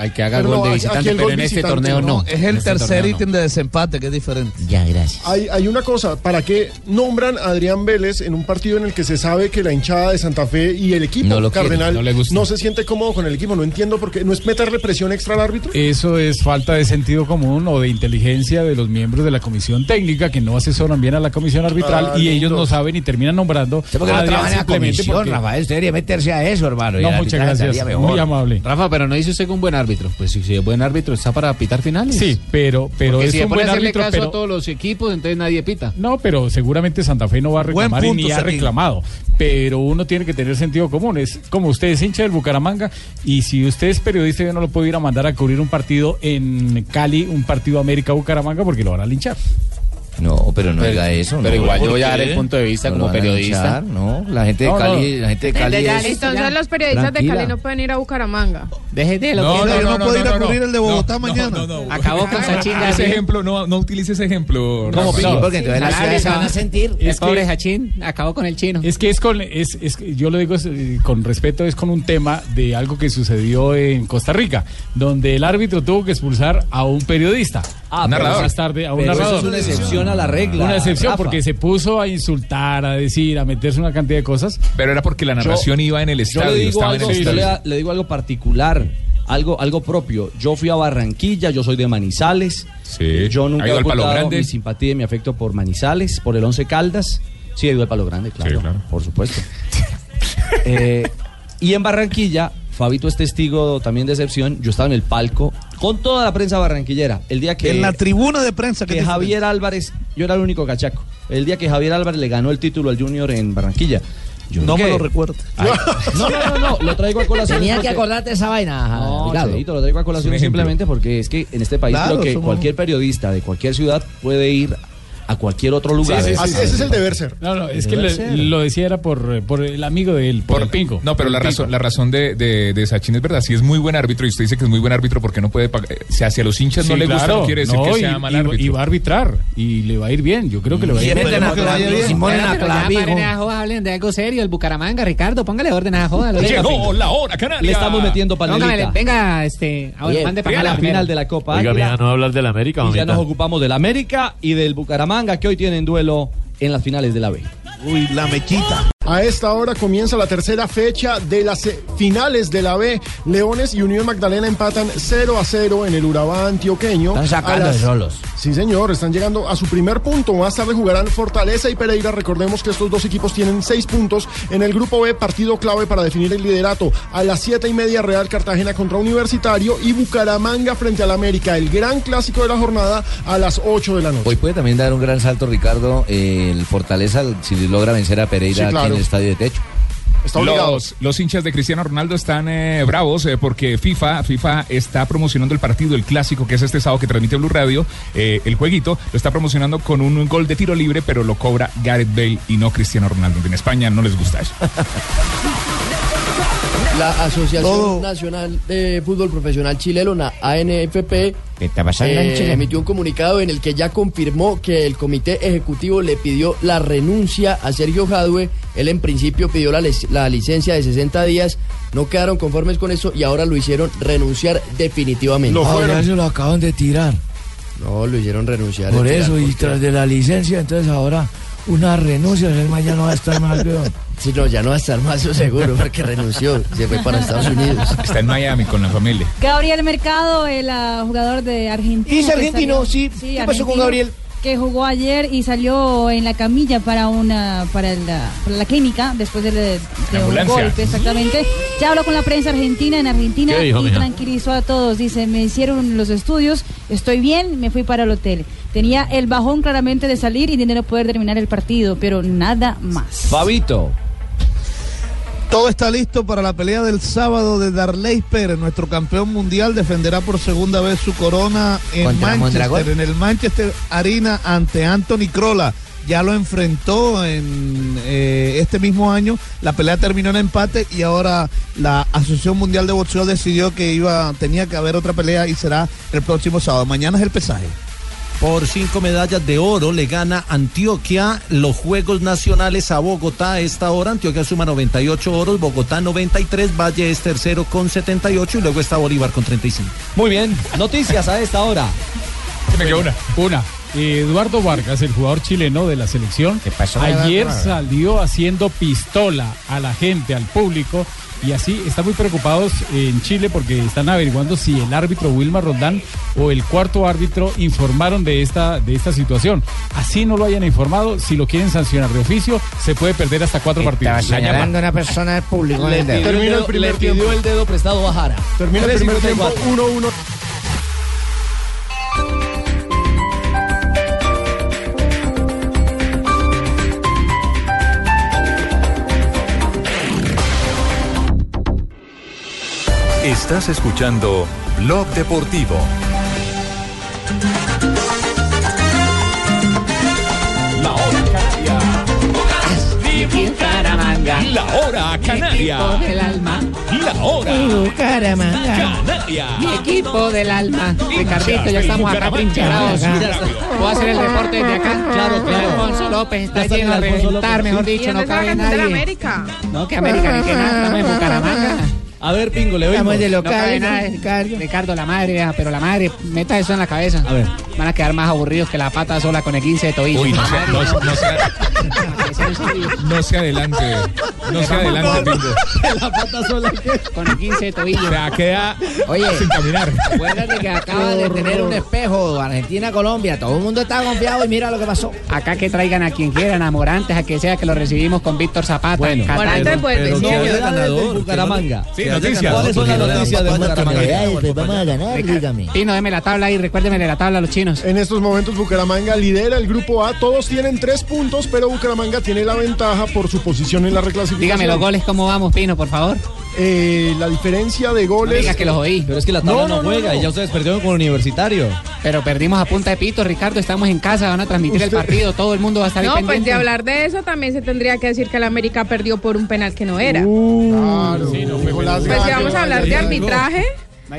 Speaker 11: Hay que haga
Speaker 18: Pero
Speaker 11: gol
Speaker 18: no,
Speaker 11: de
Speaker 18: aquí-
Speaker 11: visitante,
Speaker 18: aquí el
Speaker 11: pero
Speaker 18: gol
Speaker 11: en este
Speaker 18: visitante
Speaker 11: torneo no.
Speaker 13: Es
Speaker 11: En
Speaker 13: el
Speaker 11: este
Speaker 13: tercer
Speaker 11: torneo no.
Speaker 13: ítem de desempate que es diferente.
Speaker 8: Ya, gracias.
Speaker 18: Hay, hay una cosa, ¿para qué nombran a Adrián Vélez en un partido en el que se sabe que la hinchada de Santa Fe y el equipo
Speaker 19: No lo quiere,
Speaker 18: cardenal
Speaker 19: no le gusta.
Speaker 18: se siente cómodo con el equipo? No entiendo por qué. ¿No es meterle presión extra al árbitro?
Speaker 19: Eso es falta de sentido común o de inteligencia de los miembros de la comisión técnica que no asesoran bien a la comisión arbitral
Speaker 8: Ah,
Speaker 19: y
Speaker 8: lindo.
Speaker 19: ellos no saben y terminan nombrando.
Speaker 8: Usted porque
Speaker 19: a
Speaker 8: no
Speaker 19: Adrián
Speaker 8: trabaja en la
Speaker 19: simplemente
Speaker 8: comisión,
Speaker 19: porque-
Speaker 8: Rafael. Usted debería meterse a eso, hermano. y
Speaker 19: No,
Speaker 8: el
Speaker 19: muchas
Speaker 8: arbitraje
Speaker 19: gracias.
Speaker 8: estaría
Speaker 19: Muy
Speaker 8: mejor.
Speaker 19: amable.
Speaker 11: Rafa, pero no dice usted que un buen árbitro. Pues si si es buen árbitro, está para pitar finales.
Speaker 19: Sí, pero, pero
Speaker 11: Porque
Speaker 19: es
Speaker 11: si se
Speaker 19: un
Speaker 11: pone
Speaker 19: buen
Speaker 11: a hacerle
Speaker 19: árbitro,
Speaker 11: caso
Speaker 19: pero
Speaker 11: a todos los equipos, entonces nadie pita.
Speaker 19: No, pero seguramente Santa Fe no va a reclamar
Speaker 11: punto,
Speaker 19: y ni ha
Speaker 11: Sergio.
Speaker 19: reclamado. Pero uno tiene que tener sentido común. Es como usted es hincha del Bucaramanga y si usted es periodista, yo no lo puedo ir a mandar a cubrir un partido en Cali, un partido América-Bucaramanga, porque lo van a linchar.
Speaker 8: No, pero no
Speaker 19: Pero-
Speaker 8: diga eso.
Speaker 19: pero
Speaker 8: no.
Speaker 19: igual yo voy a
Speaker 8: ¿Por
Speaker 19: dar
Speaker 8: qué?
Speaker 19: el punto de vista
Speaker 8: No
Speaker 19: como
Speaker 8: lo van a
Speaker 19: periodista.
Speaker 8: hinchar, No, la gente de
Speaker 19: No,
Speaker 8: Cali,
Speaker 19: no.
Speaker 8: la gente de Cali
Speaker 25: Ya,
Speaker 8: es-
Speaker 25: Entonces los periodistas
Speaker 8: Tranquila.
Speaker 25: de Cali no pueden ir a Bucaramanga.
Speaker 11: Deje
Speaker 25: lo que-
Speaker 13: yo no puedo ir a cubrir el de Bogotá
Speaker 10: mañana.
Speaker 25: Acabó con Sachin
Speaker 10: Ese
Speaker 25: García.
Speaker 10: ejemplo, no, no utilice ese ejemplo.
Speaker 19: ¿Cómo?
Speaker 10: Rafa.
Speaker 19: Sí,
Speaker 10: No.
Speaker 19: porque entonces las
Speaker 10: Nadie
Speaker 19: ciudades
Speaker 10: se van a
Speaker 19: sentir-
Speaker 11: El
Speaker 19: Es que-
Speaker 11: pobre Hachín acabó con el chino.
Speaker 19: Es que es con, es, es- yo lo digo es, eh, con respeto, es con un tema de algo que sucedió en Costa Rica, donde el árbitro tuvo que expulsar a un periodista.
Speaker 9: Ah,
Speaker 19: Pero
Speaker 9: narrador.
Speaker 19: Más tarde, a un
Speaker 9: Pero eso
Speaker 19: narrador.
Speaker 9: es una excepción a la regla,
Speaker 19: Una excepción,
Speaker 9: Rafa.
Speaker 19: porque se puso a insultar, a decir, a meterse una cantidad de cosas.
Speaker 10: Pero era porque la narración iba en el estadio.
Speaker 9: Yo le digo,
Speaker 10: estaba
Speaker 9: algo,
Speaker 10: en el
Speaker 9: yo
Speaker 10: estadio.
Speaker 9: le, le digo algo particular, algo, algo propio. Yo fui a Barranquilla, yo soy de Manizales. Yo nunca
Speaker 10: ¿Ha ido
Speaker 9: he
Speaker 10: al Palo
Speaker 9: ocultado
Speaker 10: Grande?
Speaker 9: mi simpatía y mi afecto por Manizales, por el Once Caldas. Sí, he ido al Palo Grande, claro, por supuesto. Eh, y en Barranquilla, Fabito es testigo también de excepción, yo estaba en el palco con toda la prensa barranquillera. El día que...
Speaker 13: En la tribuna de prensa
Speaker 9: que Javier Álvarez, yo era el único cachaco. El día que Javier Álvarez le ganó el título al Junior en Barranquilla. Yo
Speaker 13: No
Speaker 9: creo
Speaker 13: me
Speaker 9: que-
Speaker 13: lo recuerdo.
Speaker 9: Ay, no, no, no, no, lo traigo a colación.
Speaker 8: Tenía
Speaker 9: porque-
Speaker 8: que acordarte de esa vaina.
Speaker 9: No,
Speaker 8: Ricardo.
Speaker 9: Cheito, lo traigo a
Speaker 8: Es un
Speaker 9: colación
Speaker 8: ejemplo.
Speaker 9: simplemente porque es que en este país
Speaker 8: Claro,
Speaker 9: creo que
Speaker 8: somos-
Speaker 9: cualquier periodista de cualquier ciudad puede ir a cualquier otro lugar.
Speaker 18: Sí, sí, sí, Así- sí. Ah, ese es el deber ser.
Speaker 19: No, no, es que
Speaker 10: Deber
Speaker 19: le-
Speaker 10: ser.
Speaker 19: lo decía era por, eh, por el amigo de él, por, el pingo.
Speaker 10: No, pero la razón, la razón de, de, de Sachin es verdad. Si es muy buen árbitro y usted dice que es muy buen árbitro porque no puede pagar. Si hacia los hinchas no
Speaker 19: Sí,
Speaker 10: le gusta,
Speaker 19: claro.
Speaker 10: no quiere decir
Speaker 19: No,
Speaker 10: que
Speaker 19: y-
Speaker 10: sea mal
Speaker 19: y-
Speaker 10: árbitro.
Speaker 19: Y va a arbitrar y le va a ir bien. Yo creo que le va a ir bien.
Speaker 11: Pero ya paren a joda, hablen de algo serio. El Bucaramanga, Ricardo, póngale orden a la joda. lo
Speaker 9: Llegó
Speaker 11: digo.
Speaker 9: la hora canaria. Le estamos metiendo panelita.
Speaker 11: Póngale, Venga, este,
Speaker 25: ah,
Speaker 11: ahora
Speaker 9: Oye,
Speaker 11: mande
Speaker 9: la
Speaker 11: panela
Speaker 9: final de la Copa
Speaker 26: Oiga,
Speaker 9: Águila.
Speaker 26: mija, no va a hablar del América,
Speaker 9: Y ya
Speaker 26: mamita.
Speaker 9: nos ocupamos del América y del Bucaramanga que hoy tienen duelo en las finales de la B.
Speaker 13: Uy, la mechita.
Speaker 18: A esta hora comienza la tercera fecha de las eh, finales de la B. Leones y Unión Magdalena empatan 0 a 0 en el Urabá antioqueño.
Speaker 8: Están sacando
Speaker 18: A las-
Speaker 8: de solos.
Speaker 18: Sí, señor, están llegando a su primer punto. Más tarde jugarán Fortaleza y Pereira. Recordemos que estos dos equipos tienen seis puntos en el grupo B, partido clave para definir el liderato. A las siete y media, Real Cartagena contra Universitario y Bucaramanga frente al América. El gran clásico de la jornada a las 8 de la noche.
Speaker 3: Hoy puede también dar un gran salto, Ricardo, eh, el Fortaleza, si logra vencer a Pereira
Speaker 18: Sí, claro.
Speaker 3: aquí en el estadio de techo.
Speaker 18: Está obligado.
Speaker 10: los, los hinchas de Cristiano Ronaldo están eh, bravos eh, porque FIFA, FIFA está promocionando el partido, el clásico que es este sábado que transmite Blue Radio, eh, el jueguito, lo está promocionando con un, un gol de tiro libre, pero lo cobra Gareth Bale y no Cristiano Ronaldo. En España no les gusta eso.
Speaker 26: La Asociación
Speaker 10: Todo.
Speaker 26: Nacional de Fútbol Profesional Chileno, la ANFP,
Speaker 8: ¿Qué está pasando
Speaker 26: eh,
Speaker 8: en Chile?
Speaker 26: emitió un comunicado en el que ya confirmó que el comité ejecutivo le pidió la renuncia a Sergio Jadue. Él en principio pidió la, lic- la licencia de 60 días, no quedaron conformes con eso y ahora lo hicieron renunciar definitivamente.
Speaker 19: Ah,
Speaker 8: Ah,
Speaker 22: Ahora se lo acaban de tirar.
Speaker 26: No, lo hicieron renunciar.
Speaker 22: Por
Speaker 26: literal,
Speaker 22: eso, y
Speaker 26: porque-
Speaker 22: tras de la licencia, entonces ahora una renuncia, el mañana no va a estar más peor.
Speaker 26: Sí, no, ya no va a estar más eso seguro porque renunció, se fue para Estados Unidos.
Speaker 10: Está en Miami con la familia.
Speaker 14: Gabriel Mercado, el ah, jugador de Argentina.
Speaker 26: Es
Speaker 14: que
Speaker 26: argentino,
Speaker 14: salió-
Speaker 26: sí. ¿Qué pasó con
Speaker 14: argentino,
Speaker 26: Gabriel?
Speaker 14: Que jugó ayer y salió en la camilla para una para la, para la clínica después de, de un
Speaker 27: ambulancia.
Speaker 14: golpe, exactamente. Ya habló con la prensa argentina en Argentina
Speaker 27: ¿Qué dijo,
Speaker 14: y
Speaker 27: mija?
Speaker 14: tranquilizó a todos. Dice, me hicieron los estudios, estoy bien, me fui para el hotel. Tenía el bajón claramente de salir y de no poder terminar el partido, pero nada más.
Speaker 13: Fabito. Todo está listo para la pelea del sábado de Darley Pérez, nuestro campeón mundial, defenderá por segunda vez su corona en
Speaker 8: Contra
Speaker 13: Manchester,
Speaker 8: Mondragón.
Speaker 13: en el Manchester Arena ante Anthony Crolla. Ya lo enfrentó en eh, este mismo año, la pelea terminó en empate y ahora la Asociación Mundial de Boxeo decidió que iba tenía que haber otra pelea y será el próximo sábado. Mañana es el pesaje.
Speaker 16: Por cinco medallas de oro le gana Antioquia los Juegos Nacionales a Bogotá a esta hora. Antioquia suma 98 oros, Bogotá 93, Valle es tercero con 78 y luego está Bolívar con 35.
Speaker 9: Muy bien, noticias a esta hora.
Speaker 10: Me quedó una.
Speaker 19: Una. Eduardo Vargas, el jugador chileno de la selección, ayer Eduardo?
Speaker 10: salió
Speaker 19: haciendo pistola a la gente, al público, y así están muy preocupados en Chile porque están averiguando si el árbitro Wilmar Roldán o el cuarto árbitro informaron de esta, de esta situación. Así no lo hayan informado, si lo quieren sancionar de oficio, se puede perder hasta cuatro
Speaker 8: Estaba
Speaker 19: partidos. La llama.
Speaker 8: señalando a una persona del público. con el dedo.
Speaker 9: pidió el dedo prestado a Jara.
Speaker 18: Termina el primer tiempo
Speaker 9: 3:54.
Speaker 18: 1-1.
Speaker 28: Estás escuchando Blog Deportivo.
Speaker 11: La hora canaria. Bucaramanga. La hora
Speaker 25: equipo del
Speaker 11: alma.
Speaker 10: La hora.
Speaker 25: Bucaramanga. Mi equipo del alma. Ricardito, ya estamos acá trincherados. Puedo hacer el reporte desde acá. Claro, claro. Alfonso López está lleno a reventar, mejor dicho, no cabe nadie. América? No, que América ni que nada, estamos en Bucaramanga.
Speaker 9: A ver, Pingo, le
Speaker 25: Estamos
Speaker 9: oímos.
Speaker 25: de local. No cabe nada, Ricardo. Ricardo, la madre, vieja, pero la madre, meta eso en la cabeza. A ver. Van a quedar más aburridos que la pata sola con el 15 de tobillo.
Speaker 10: Uy, no se, no, no se, no se adelante. No se adelante, Pingo.
Speaker 25: la pata sola Con el 15 de tobillo.
Speaker 10: O sea, queda
Speaker 8: Oye.
Speaker 10: sin caminar.
Speaker 8: Acuérdate que acaba de tener un espejo Argentina-Colombia. Todo el mundo está confiado y mira lo que pasó.
Speaker 25: Acá que traigan a quien quieran, a Morantes, a quien sea, que lo recibimos con Víctor Zapata.
Speaker 8: Morantes
Speaker 25: Cataño.
Speaker 12: pues,
Speaker 8: vuelve, Pero sí, que señor. haya ganador, que no le-
Speaker 10: Sí, noticias.
Speaker 8: vamos a ganar, dígame.
Speaker 25: Pino, deme la tabla ahí, recuérdeme la tabla a los chinos.
Speaker 18: En estos momentos Bucaramanga lidera el grupo A. Todos tienen tres puntos, pero Bucaramanga tiene la ventaja por su posición en la reclasificación.
Speaker 25: Dígame los goles, ¿cómo vamos, Pino, por favor?
Speaker 18: Eh, la diferencia de
Speaker 25: No
Speaker 18: goles.
Speaker 25: digas que los oí.
Speaker 9: Pero es que la tabla no, juega y ya ustedes perdieron con Universitario.
Speaker 25: Pero perdimos a punta de pito, Ricardo, estamos en casa, van a transmitir el partido, todo el mundo va a estar ahí
Speaker 12: No, pues
Speaker 25: pendiente.
Speaker 12: de hablar de eso también se tendría que decir que la América perdió por un penal que no era.
Speaker 25: Uh.
Speaker 18: claro.
Speaker 12: pues si vamos a hablar de arbitraje,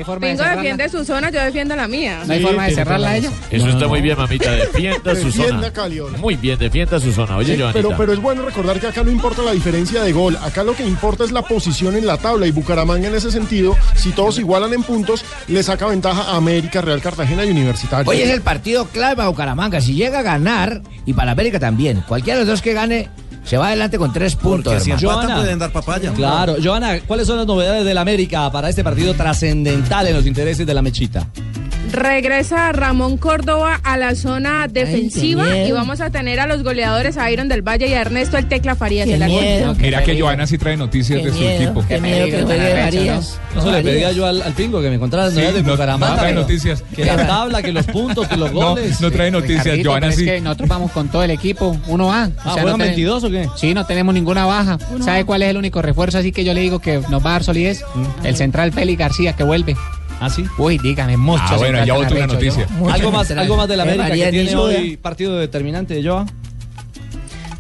Speaker 25: forma de
Speaker 12: Pingo
Speaker 25: cerrarla.
Speaker 12: defiende su zona, yo defiendo la mía.
Speaker 25: No hay forma de cerrarla a ella.
Speaker 29: Eso está muy bien, mamita. Defienda su
Speaker 18: Defienda,
Speaker 29: zona. Muy bien, defienda su
Speaker 8: Ah,
Speaker 29: zona. Oye,
Speaker 18: Sí,
Speaker 29: Joanita.
Speaker 18: pero, pero es bueno recordar que acá no importa la diferencia de gol, acá lo que importa es la posición en la tabla y Bucaramanga en ese sentido, si todos igualan en puntos, le saca ventaja a América, Real Cartagena y Universitario.
Speaker 8: Hoy es el partido clave para Bucaramanga. Si llega a ganar, y para América también, cualquiera de los dos que gane, Se va adelante con tres puntos.
Speaker 9: Porque si
Speaker 8: hermano.
Speaker 9: empatan, Joana. pueden
Speaker 8: dar papaya.
Speaker 9: Claro, Joana, ¿cuáles son las novedades del América para este partido trascendental en los intereses de la mechita?
Speaker 12: Regresa Ramón Córdoba a la zona defensiva
Speaker 10: miedo.
Speaker 12: y vamos a tener a los goleadores a Iron del Valle y a Ernesto el Tecla Farías. el arquero.
Speaker 10: Mira que Joana sí trae noticias de su equipo.
Speaker 12: qué miedo que juegue Farías.
Speaker 9: Eso le pedía yo al, al pingo que me contara las
Speaker 10: Sí,
Speaker 9: novedades de
Speaker 10: no-
Speaker 9: Bucaramanga.
Speaker 10: no trae
Speaker 9: pero
Speaker 10: noticias.
Speaker 9: Que la tabla, que los puntos, que los
Speaker 10: No,
Speaker 9: goles.
Speaker 10: no trae noticias,
Speaker 25: Ricardito,
Speaker 10: Joana
Speaker 25: pero
Speaker 10: sí.
Speaker 25: Es que nosotros vamos con todo el equipo, uno A.
Speaker 9: Ah, ¿juegan 22
Speaker 25: o qué? Sí, no tenemos ninguna baja.
Speaker 9: Uno
Speaker 25: ¿Sabe
Speaker 9: A.
Speaker 25: cuál es el único refuerzo así que yo le digo que nos va a dar solidez? El central Félix García que vuelve.
Speaker 9: Mm. ¿Ah, sí?
Speaker 25: Uy, dígame, mucho.
Speaker 10: Ah, bueno,
Speaker 25: central
Speaker 10: ya
Speaker 25: tan
Speaker 10: boté una
Speaker 25: arrecho,
Speaker 10: noticia.
Speaker 25: yo. Mucho
Speaker 9: Algo más,
Speaker 25: central.
Speaker 9: algo más de la
Speaker 25: Eh,
Speaker 9: América
Speaker 25: María
Speaker 9: que tiene
Speaker 25: Nilsson,
Speaker 9: hoy partido determinante de Joa.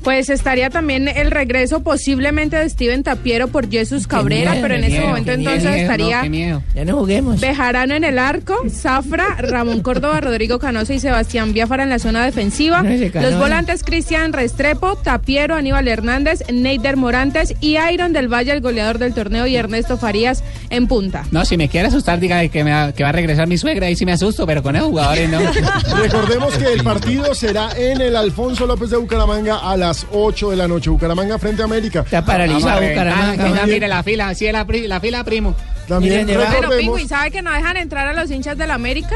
Speaker 12: Pues estaría también el regreso posiblemente de Steven Tapiero por Jesús Cabrera,
Speaker 8: miedo,
Speaker 12: pero en
Speaker 8: qué
Speaker 12: ese
Speaker 8: miedo,
Speaker 12: momento
Speaker 8: qué miedo,
Speaker 12: entonces
Speaker 8: qué miedo,
Speaker 12: estaría
Speaker 8: qué miedo.
Speaker 12: Ya no juguemos. Bejarano en el arco, Zafra, Ramón Córdoba, Rodrigo Canosa y Sebastián Biafara en la zona defensiva.
Speaker 15: No, ese
Speaker 12: Los
Speaker 15: Canosa.
Speaker 12: volantes Cristian Restrepo, Tapiero, Aníbal Hernández, Neider Morantes y Iron del Valle, el goleador del torneo, y Ernesto Farías en punta.
Speaker 25: No, si me quiere asustar, diga que, me va, que va a regresar mi suegra, ahí sí me asusto, pero con esos jugadores no.
Speaker 18: Recordemos que el partido será en el Alfonso López de Bucaramanga a las 8 de la noche. Bucaramanga frente a América. Está
Speaker 25: Vamos a reventar, que ya mire la fila, sí, la, pri- la fila, primo.
Speaker 18: También Miren,
Speaker 12: Pero Pingo, ¿y sabe que no dejan entrar a los hinchas del América?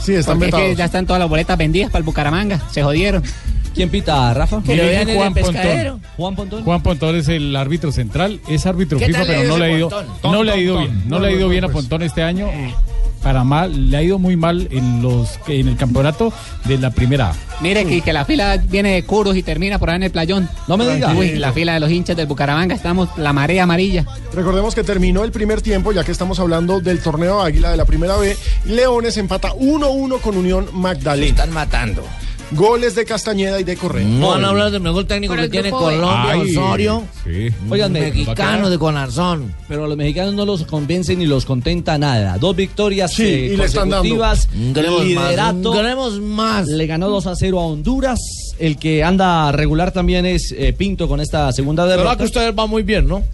Speaker 18: Sí, están
Speaker 25: Porque es que
Speaker 18: vetados.
Speaker 25: ya están todas las boletas vendidas para el Bucaramanga. Se jodieron.
Speaker 9: ¿Quién pita, Rafa?
Speaker 25: Que lo
Speaker 19: Dirige
Speaker 25: vean en el
Speaker 19: Juan
Speaker 25: pescadero.
Speaker 19: Pontón.
Speaker 9: Juan Pontón.
Speaker 19: Juan Pontón es el árbitro central, es árbitro
Speaker 9: ¿Qué
Speaker 19: FIFA,
Speaker 9: tal le
Speaker 19: pero
Speaker 9: ha ido
Speaker 19: no le ha
Speaker 9: ese
Speaker 19: ido,
Speaker 9: Pontón?
Speaker 19: no le ha ido
Speaker 9: Pontón.
Speaker 19: bien, no
Speaker 9: No,
Speaker 19: le ha
Speaker 9: no,
Speaker 19: ido
Speaker 9: no,
Speaker 19: bien a
Speaker 9: pues.
Speaker 19: Pontón este año. Para mal, le ha ido muy mal en los en el campeonato de la primera. A.
Speaker 25: Mire que, que la fila viene de Curos y termina por ahí en el playón. No
Speaker 19: me diga.
Speaker 25: Uy, la fila de los hinchas del Bucaramanga, estamos la marea amarilla.
Speaker 18: Recordemos que terminó el primer tiempo, ya que estamos hablando del torneo Águila de la Primera B. Leones empata 1-1 con Unión Magdalena. están
Speaker 8: matando.
Speaker 18: Goles de Castañeda y de Correa.
Speaker 8: No han hablado del mejor técnico que tiene Colombia, Osorio.
Speaker 9: Oigan, me-
Speaker 8: Mexicano de Conarzón.
Speaker 9: Mm, Pero a los mexicanos no los convencen ni los contenta nada. Dos victorias
Speaker 8: Sí,
Speaker 9: eh,
Speaker 8: y le están dando.
Speaker 9: consecutivas.
Speaker 8: Un gremos más,
Speaker 9: liderato.
Speaker 8: un gremos más.
Speaker 9: Le ganó 2 a 0 a Honduras. El que anda regular también es eh, Pinto con esta segunda
Speaker 29: verdad
Speaker 9: derrota.
Speaker 29: que
Speaker 9: ustedes van muy bien, ¿no?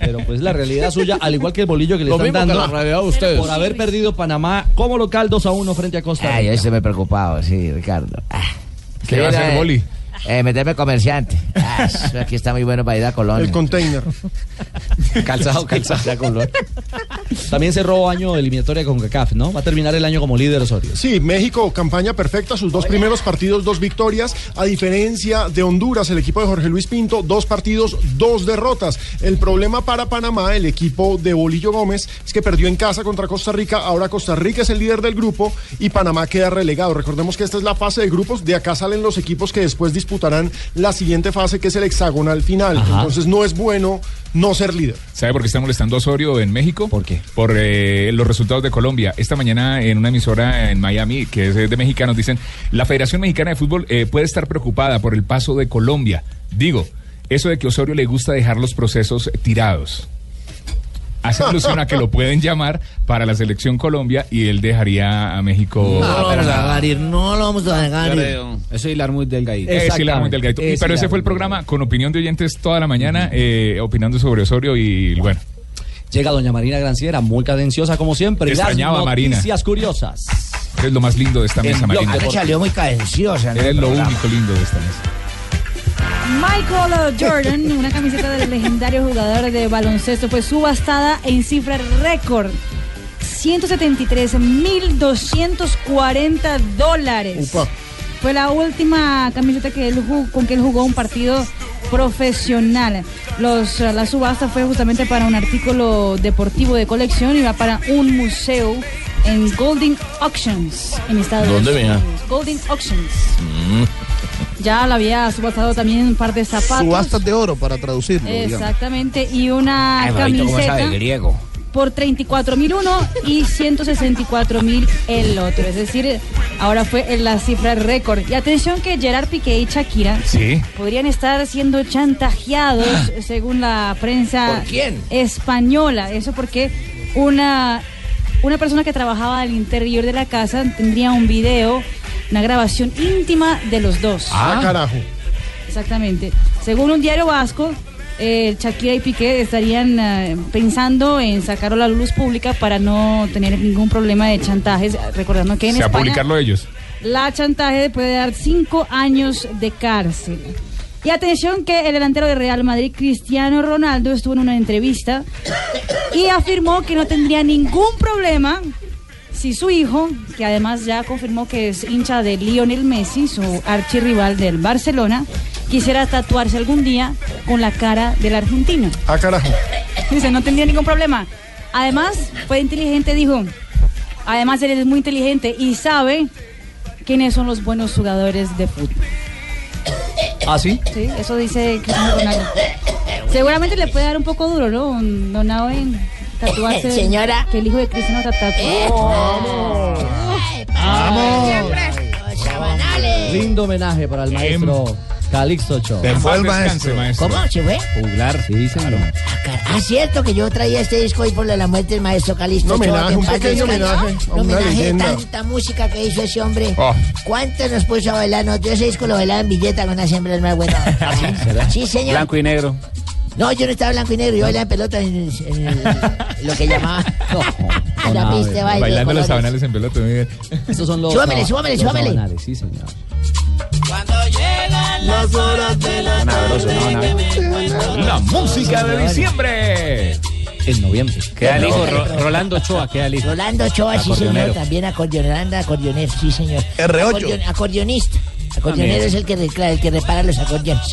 Speaker 9: Pero pues la realidad suya, al igual que el bolillo que le
Speaker 29: Lo
Speaker 9: están
Speaker 29: mismo que
Speaker 9: dando.
Speaker 29: la realidad de ustedes.
Speaker 9: Por haber perdido Panamá como local 2 a 1 frente a Costa Rica.
Speaker 8: Ay, hoy se me preocupaba, sí, Ricardo. Ah.
Speaker 9: ¿Qué va a
Speaker 8: Era,
Speaker 9: hacer,
Speaker 8: eh,
Speaker 9: Boli?
Speaker 8: eh, meterme comerciante. Ah, eso aquí está muy bueno para ir a Colombia.
Speaker 18: El container.
Speaker 9: Calzado, calzado. También cerró año eliminatoria con CACAF, ¿no? Va a terminar el año como líder Osorio.
Speaker 18: Sí, México, campaña perfecta, sus dos primeros partidos, dos victorias. A diferencia de Honduras, el equipo de Jorge Luis Pinto, dos partidos, dos derrotas. El problema para Panamá, el equipo de Bolillo Gómez, es que perdió en casa contra Costa Rica. Ahora Costa Rica es el líder del grupo y Panamá queda relegado. Recordemos que esta es la fase de grupos. De acá salen los equipos que después disputarán la siguiente fase, que es el hexagonal final. Entonces no es bueno no ser líder.
Speaker 10: ¿Sabe por qué está molestando a Osorio en México? ¿Por qué? Por eh, los resultados de Colombia. Esta mañana en una emisora en Miami, que es eh, de mexicanos, dicen, la Federación Mexicana de Fútbol eh, puede estar preocupada por el paso de Colombia. Digo, eso de que Osorio le gusta dejar los procesos tirados. Hace alusión a que lo pueden llamar para la selección Colombia y él dejaría a México.
Speaker 8: No lo vamos a dejar ir, no lo vamos a dejar ir.
Speaker 9: Eso es hilar muy delgadito.
Speaker 10: Eh, sí, la muy delgadito. Y- Pero ese fue el programa con opinión de oyentes toda la mañana, eh, opinando sobre Osorio y bueno.
Speaker 9: Llega doña Marina Granciera, muy cadenciosa como siempre.
Speaker 10: Te
Speaker 9: y las
Speaker 10: extrañaba, Marina.
Speaker 9: noticias curiosas.
Speaker 10: Es lo más lindo de esta mesa,
Speaker 9: Bloque
Speaker 10: Marina.
Speaker 9: Deportivo.
Speaker 8: Salió muy cadenciosa. ¿no?
Speaker 10: Es
Speaker 8: El
Speaker 10: lo
Speaker 8: programa.
Speaker 10: único lindo de esta mesa.
Speaker 14: Michael Jordan, una camiseta del legendario jugador de baloncesto, fue subastada en cifra récord. 173.240 dólares. Fue la última camiseta que él ju- con que él jugó un partido profesional. Los, la subasta fue justamente para un artículo deportivo de colección y va para un museo en Golden Auctions en Estados
Speaker 29: ¿Dónde,
Speaker 14: Unidos.
Speaker 29: mija?
Speaker 14: Golden Auctions.
Speaker 10: Mm,
Speaker 14: Ya la había subastado también un par de zapatos.
Speaker 13: Subastas de oro para traducirlo. digamos.
Speaker 14: Exactamente, y una
Speaker 13: Ay, Barbarito, ¿cómo
Speaker 14: camiseta
Speaker 13: sabe
Speaker 8: griego?
Speaker 14: por 34 mil uno y 164 mil el otro. Es decir, ahora fue en la cifra récord. Y atención que Gerard Piqué y Shakira
Speaker 10: Sí.
Speaker 14: podrían estar siendo chantajeados según la prensa española. Eso porque una, una persona que trabajaba al interior de la casa tendría un video, una grabación íntima de los dos.
Speaker 18: Ah, carajo.
Speaker 14: Exactamente. Según un diario vasco, eh, Shakira y Piqué estarían eh, pensando en sacarlo a la luz pública para no tener ningún problema de chantajes, recordando que en
Speaker 10: O sea,
Speaker 14: España
Speaker 10: publicarlo ellos.
Speaker 14: la chantaje puede dar cinco años de cárcel. Y atención que el delantero de Real Madrid, Cristiano Ronaldo, estuvo en una entrevista y afirmó que no tendría ningún problema si su hijo, que además ya confirmó que es hincha de Lionel Messi, su archirrival del Barcelona, quisiera tatuarse algún día con la cara del argentino.
Speaker 18: Ah, carajo.
Speaker 14: Dice, no tendría ningún problema. Además, fue inteligente, dijo. Además, él es muy inteligente y sabe quiénes son los buenos jugadores de fútbol.
Speaker 9: ¿Ah, sí?
Speaker 14: Sí, eso dice Cristiano Ronaldo. Seguramente le puede dar un poco duro, ¿no? Don Aben tatuarse.
Speaker 15: Señora.
Speaker 14: Que el hijo de Cristiano se tatúe.
Speaker 9: ¡Vamos!
Speaker 15: Chabanales.
Speaker 9: Lindo homenaje para el
Speaker 23: Em.
Speaker 9: maestro Calixto Ochoa.
Speaker 15: Se fue el
Speaker 10: maestro.
Speaker 15: ¿Cómo? ¿Se fue?
Speaker 9: Juglar. Sí, señor.
Speaker 15: Ah, cierto que yo traía este disco hoy por la muerte del maestro Calixto.
Speaker 18: Un homenaje,
Speaker 15: Ochoa, que en
Speaker 18: un
Speaker 15: paz
Speaker 18: pequeño
Speaker 15: descanse.
Speaker 18: homenaje a
Speaker 15: Un
Speaker 18: una
Speaker 15: homenaje
Speaker 18: leyenda.
Speaker 15: tanta música que hizo ese hombre.
Speaker 18: Oh.
Speaker 15: ¿Cuántos nos puso a bailar? No, yo ese disco lo bailaba en billeta con una siembra del más bueno. Sí, señor.
Speaker 11: Blanco y negro.
Speaker 15: No, yo no estaba blanco y negro, yo bailaba en pelota en, en- en lo que llamaba Ah, la pista de baile.
Speaker 10: Bailando
Speaker 15: de
Speaker 10: los
Speaker 15: colores.
Speaker 10: sabanales en pelota. muy bien.
Speaker 9: Estos son los.
Speaker 15: Súbamele,
Speaker 9: sab-
Speaker 15: súbamele,
Speaker 9: los
Speaker 15: súbamele.
Speaker 9: sabanales, Sí, señor.
Speaker 15: Las horas de la
Speaker 10: La música de diciembre.
Speaker 9: En noviembre.
Speaker 11: Queda el hijo, Ro- Rolando Ochoa, queda el hijo.
Speaker 15: Rolando Ochoa, sí señor,
Speaker 11: Acordeonero.
Speaker 15: también acordeonando, acordeonero, sí señor.
Speaker 11: R8.
Speaker 15: Acordeon- acordeonista. Acordeonero
Speaker 11: También.
Speaker 15: es el que recla- el que repara los acordeones.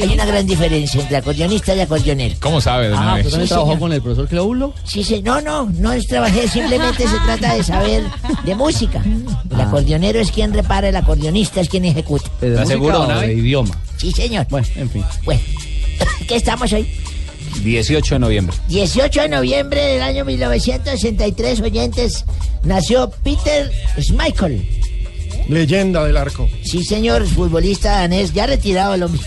Speaker 15: Hay una gran diferencia entre acordeonista y acordeonero.
Speaker 10: ¿Cómo sabe? don
Speaker 15: Ah,
Speaker 10: Abel?
Speaker 15: pues,
Speaker 9: ¿Usted
Speaker 15: Sí,
Speaker 9: trabajó
Speaker 15: señor.
Speaker 9: con el profesor Cleulo?
Speaker 15: Sí, sí, no, no, no es trabajé, simplemente se trata de saber de música.
Speaker 9: Ah.
Speaker 15: El acordeonero es quien repara, el acordeonista es quien ejecuta.
Speaker 9: ¿De
Speaker 11: ¿Está
Speaker 9: música
Speaker 11: seguro,
Speaker 9: o
Speaker 11: don
Speaker 9: de
Speaker 11: Abe?
Speaker 9: idioma?
Speaker 15: Sí, señor.
Speaker 9: Bueno, en fin.
Speaker 15: Bueno, ¿qué estamos hoy?
Speaker 11: 18 de noviembre.
Speaker 15: 18 de noviembre del año 1963, oyentes, nació Peter Schmeichel.
Speaker 18: Leyenda del arco.
Speaker 15: Sí, señor, futbolista danés, ya retirado el hombre.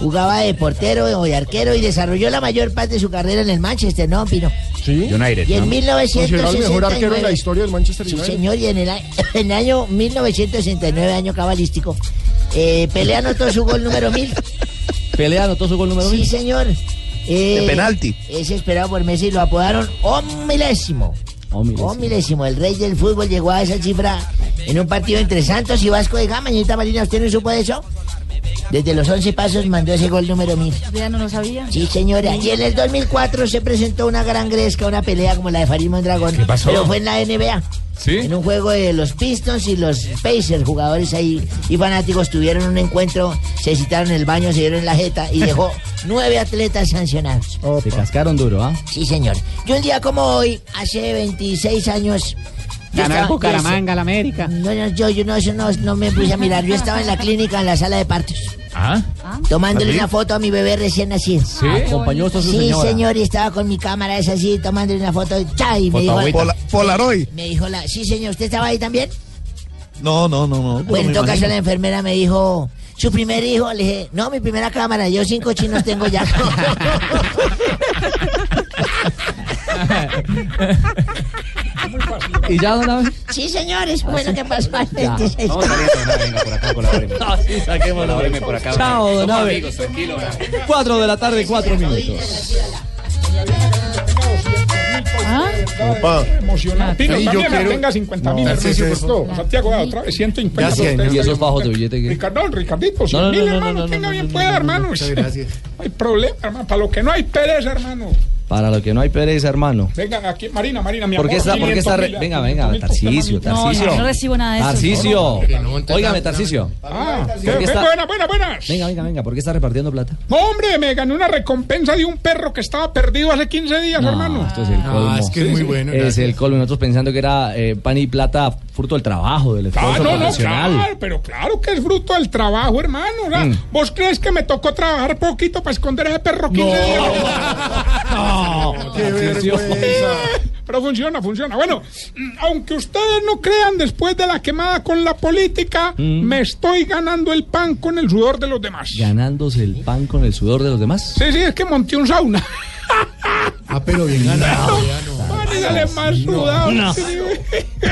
Speaker 15: Jugaba de portero o de arquero y desarrolló la mayor parte de su carrera en el Manchester, ¿no, Pino?
Speaker 18: Sí.
Speaker 10: United.
Speaker 15: Y en
Speaker 18: Considerado el mejor arquero en la
Speaker 15: 1969.
Speaker 18: historia del Manchester
Speaker 15: Sí,
Speaker 18: United.
Speaker 15: señor, y en el, a- en el año 1969, año cabalístico, eh, Pelé anotó su gol número 1000.
Speaker 9: Pelea, anotó su gol número
Speaker 15: Sí,
Speaker 9: 1000.
Speaker 15: señor. Eh,
Speaker 13: De penalti.
Speaker 15: Es esperado por Messi y lo apodaron Omilésimo.
Speaker 9: Oh, mire, sí.
Speaker 15: Omilésimo, el rey del fútbol llegó a esa cifra en un partido entre Santos y Vasco de Gama. Señorita Marina, ¿usted no supo de eso? Desde los 11 pasos mandó ese gol número 1000.
Speaker 14: Ya no lo sabía.
Speaker 15: Sí, señora. Y en el 2004 se presentó una gran gresca, una pelea como la de Farid Mondragón.
Speaker 10: ¿Qué pasó?
Speaker 15: Pero fue en la NBA.
Speaker 10: ¿Sí?
Speaker 15: En un juego de los Pistons y los Pacers, jugadores ahí y fanáticos tuvieron un encuentro, se citaron en el baño, se dieron en la jeta y dejó nueve atletas sancionados.
Speaker 9: Se cascaron duro, ¿ah?
Speaker 15: Sí, señor. Y un día como hoy, hace 26 años... yo
Speaker 25: Ganó el
Speaker 15: estaba-
Speaker 25: Bucaramanga, la América.
Speaker 15: No, no, yo, yo no, eso no, no me puse a mirar. Yo estaba en la clínica, en la sala de partos,
Speaker 10: Ah,
Speaker 15: tomándole
Speaker 10: ¿Ah, sí?
Speaker 15: una foto a mi bebé recién nacido.
Speaker 10: sí.
Speaker 9: Ah, Acompañó usted a su
Speaker 15: Sí,
Speaker 9: señora.
Speaker 15: señor, y estaba con mi cámara es así, tomándole una foto. cha, Y me dijo,
Speaker 13: Pola- Polaroid.
Speaker 15: me dijo la, sí, señor, ¿usted estaba ahí también?
Speaker 13: No, no, no, no.
Speaker 15: Bueno, en
Speaker 13: me
Speaker 15: todo caso, la
Speaker 13: imagino.
Speaker 15: enfermera me dijo, su primer hijo, le dije, no, mi primera cámara, yo cinco chinos tengo ya.
Speaker 9: Y ya, don Abe.
Speaker 15: sí, señores, fue lo que pasó al 26.
Speaker 11: Vamos saliendo, don Abe, venga, por acá, colaboremos. Colaboreme por acá. don Abe.
Speaker 9: Chao, don
Speaker 11: Somos
Speaker 9: Abe.
Speaker 11: amigos, eh. tranquilo, don Abe.
Speaker 9: 4 de la tarde, 4 minutos.
Speaker 14: ¿Ah?
Speaker 18: Opa.
Speaker 14: Emocionante.
Speaker 18: Sí, yo quiero...
Speaker 23: tenga 50 mil.
Speaker 18: No,
Speaker 23: hermano,
Speaker 18: sí, sí.
Speaker 23: por favor. Santiago, ah, otra vez 150.
Speaker 9: Ya cien,
Speaker 23: Usted
Speaker 9: y esos
Speaker 23: está
Speaker 9: bajos de
Speaker 23: bien
Speaker 9: billete que-
Speaker 23: contento. Ricardón, Ricardito,
Speaker 9: No, no,
Speaker 23: 100
Speaker 9: no,
Speaker 23: mil,
Speaker 9: no,
Speaker 23: hermano.
Speaker 9: no, no,
Speaker 23: Tenga
Speaker 9: no,
Speaker 23: bien
Speaker 9: no,
Speaker 23: pueda,
Speaker 9: no,
Speaker 23: hermano.
Speaker 9: muchas gracias.
Speaker 23: No hay problema, hermano. Para lo que no hay pereza, hermano.
Speaker 9: Para lo que no hay pereza, hermano.
Speaker 23: Venga, aquí, Marina, Marina, mi
Speaker 9: ¿Por qué
Speaker 23: amor,
Speaker 9: está, por qué está
Speaker 23: 500
Speaker 9: re-
Speaker 23: mil,
Speaker 9: Venga,
Speaker 23: 500
Speaker 9: venga,
Speaker 23: mil,
Speaker 9: Tarcicio,
Speaker 23: hermanito.
Speaker 14: No,
Speaker 9: Tarcicio.
Speaker 14: no, no recibo nada de eso.
Speaker 9: Tarcicio.
Speaker 23: Que no, entonces-
Speaker 9: Óigame, Tarcicio.
Speaker 23: Ah,
Speaker 9: ¿Por qué está-
Speaker 23: buena, buena, buena.
Speaker 9: Venga, venga, venga, ¿por qué está repartiendo plata?
Speaker 23: No, hombre, me gané una recompensa de un perro que estaba perdido hace 15 días, hermano.
Speaker 9: Esto es el colmo.
Speaker 23: Ah, es que es muy bueno,
Speaker 9: Es
Speaker 23: gracias.
Speaker 9: el colmo. Nosotros pensando que era eh, pan y plata, fruto del trabajo, del
Speaker 23: Ah,
Speaker 9: esfuerzo
Speaker 23: no, no,
Speaker 9: profesional.
Speaker 23: claro, pero claro que es fruto del trabajo, hermano. o sea,
Speaker 9: Mm.
Speaker 23: ¿Vos crees que me tocó trabajar poquito para esconder ese perro 15 días?
Speaker 18: Ah. ¡Qué vergüenza!
Speaker 23: Pero funciona, funciona. Bueno, mm, aunque ustedes no crean, después de la quemada con la política,
Speaker 9: Mm.
Speaker 23: me estoy ganando el pan con el sudor de los demás.
Speaker 9: Ganándose el pan con el sudor de los demás.
Speaker 23: Sí, sí, es que monté un sauna.
Speaker 18: Ah, pero bien ganado.
Speaker 23: Vale, dale más sudado.
Speaker 18: No,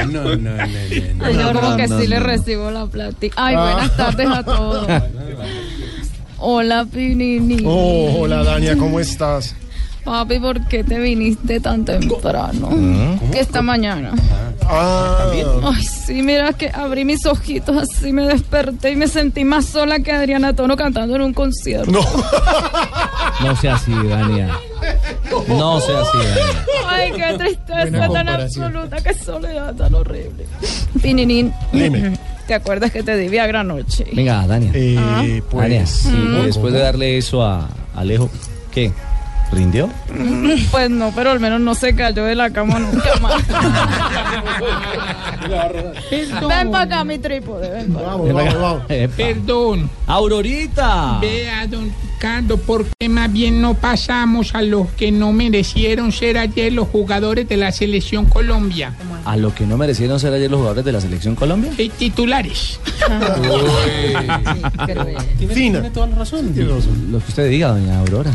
Speaker 18: no, no, no.
Speaker 21: Ay, yo
Speaker 13: No,
Speaker 21: como
Speaker 13: no,
Speaker 21: que
Speaker 13: no,
Speaker 21: sí le
Speaker 13: no.
Speaker 21: recibo la plática. Ay,
Speaker 18: Ah.
Speaker 21: buenas tardes a todos. Hola, Pinini.
Speaker 18: Oh, hola Dania, ¿cómo estás?
Speaker 21: Papi, ¿por qué te viniste tan temprano? Que esta mañana
Speaker 18: Ah.
Speaker 21: Ay, sí, mira que abrí mis ojitos así, me desperté y me sentí más sola que Adriana Tono cantando en un concierto.
Speaker 9: No. No sea así, Dania. No sea así, Dania.
Speaker 21: Ay, qué
Speaker 9: Buena
Speaker 21: tristeza tan
Speaker 9: comparación.
Speaker 21: absoluta, qué soledad tan horrible. Pininín,
Speaker 9: Dime.
Speaker 21: ¿te acuerdas que te di Viagra anoche?
Speaker 9: Venga, Dania.
Speaker 21: Ah. pues,
Speaker 9: Dania,
Speaker 21: sí,
Speaker 9: y después de darle eso a Alejo, ¿qué? ¿Rindió?
Speaker 21: Pues no, pero al menos no se cayó de la cama nunca más. ven para acá, mi trípode, ven para acá.
Speaker 9: Perdón. Eh, Aurorita.
Speaker 23: Vea, don Ricardo, ¿por qué más bien no pasamos a los que no merecieron ser ayer los jugadores de la selección Colombia?
Speaker 9: A lo que no merecieron ser ayer los jugadores de la selección Colombia.
Speaker 23: Sí, titulares.
Speaker 9: Uy.
Speaker 23: eh. Tiene, tiene toda la razón.
Speaker 9: Lo que usted diga, doña Aurora.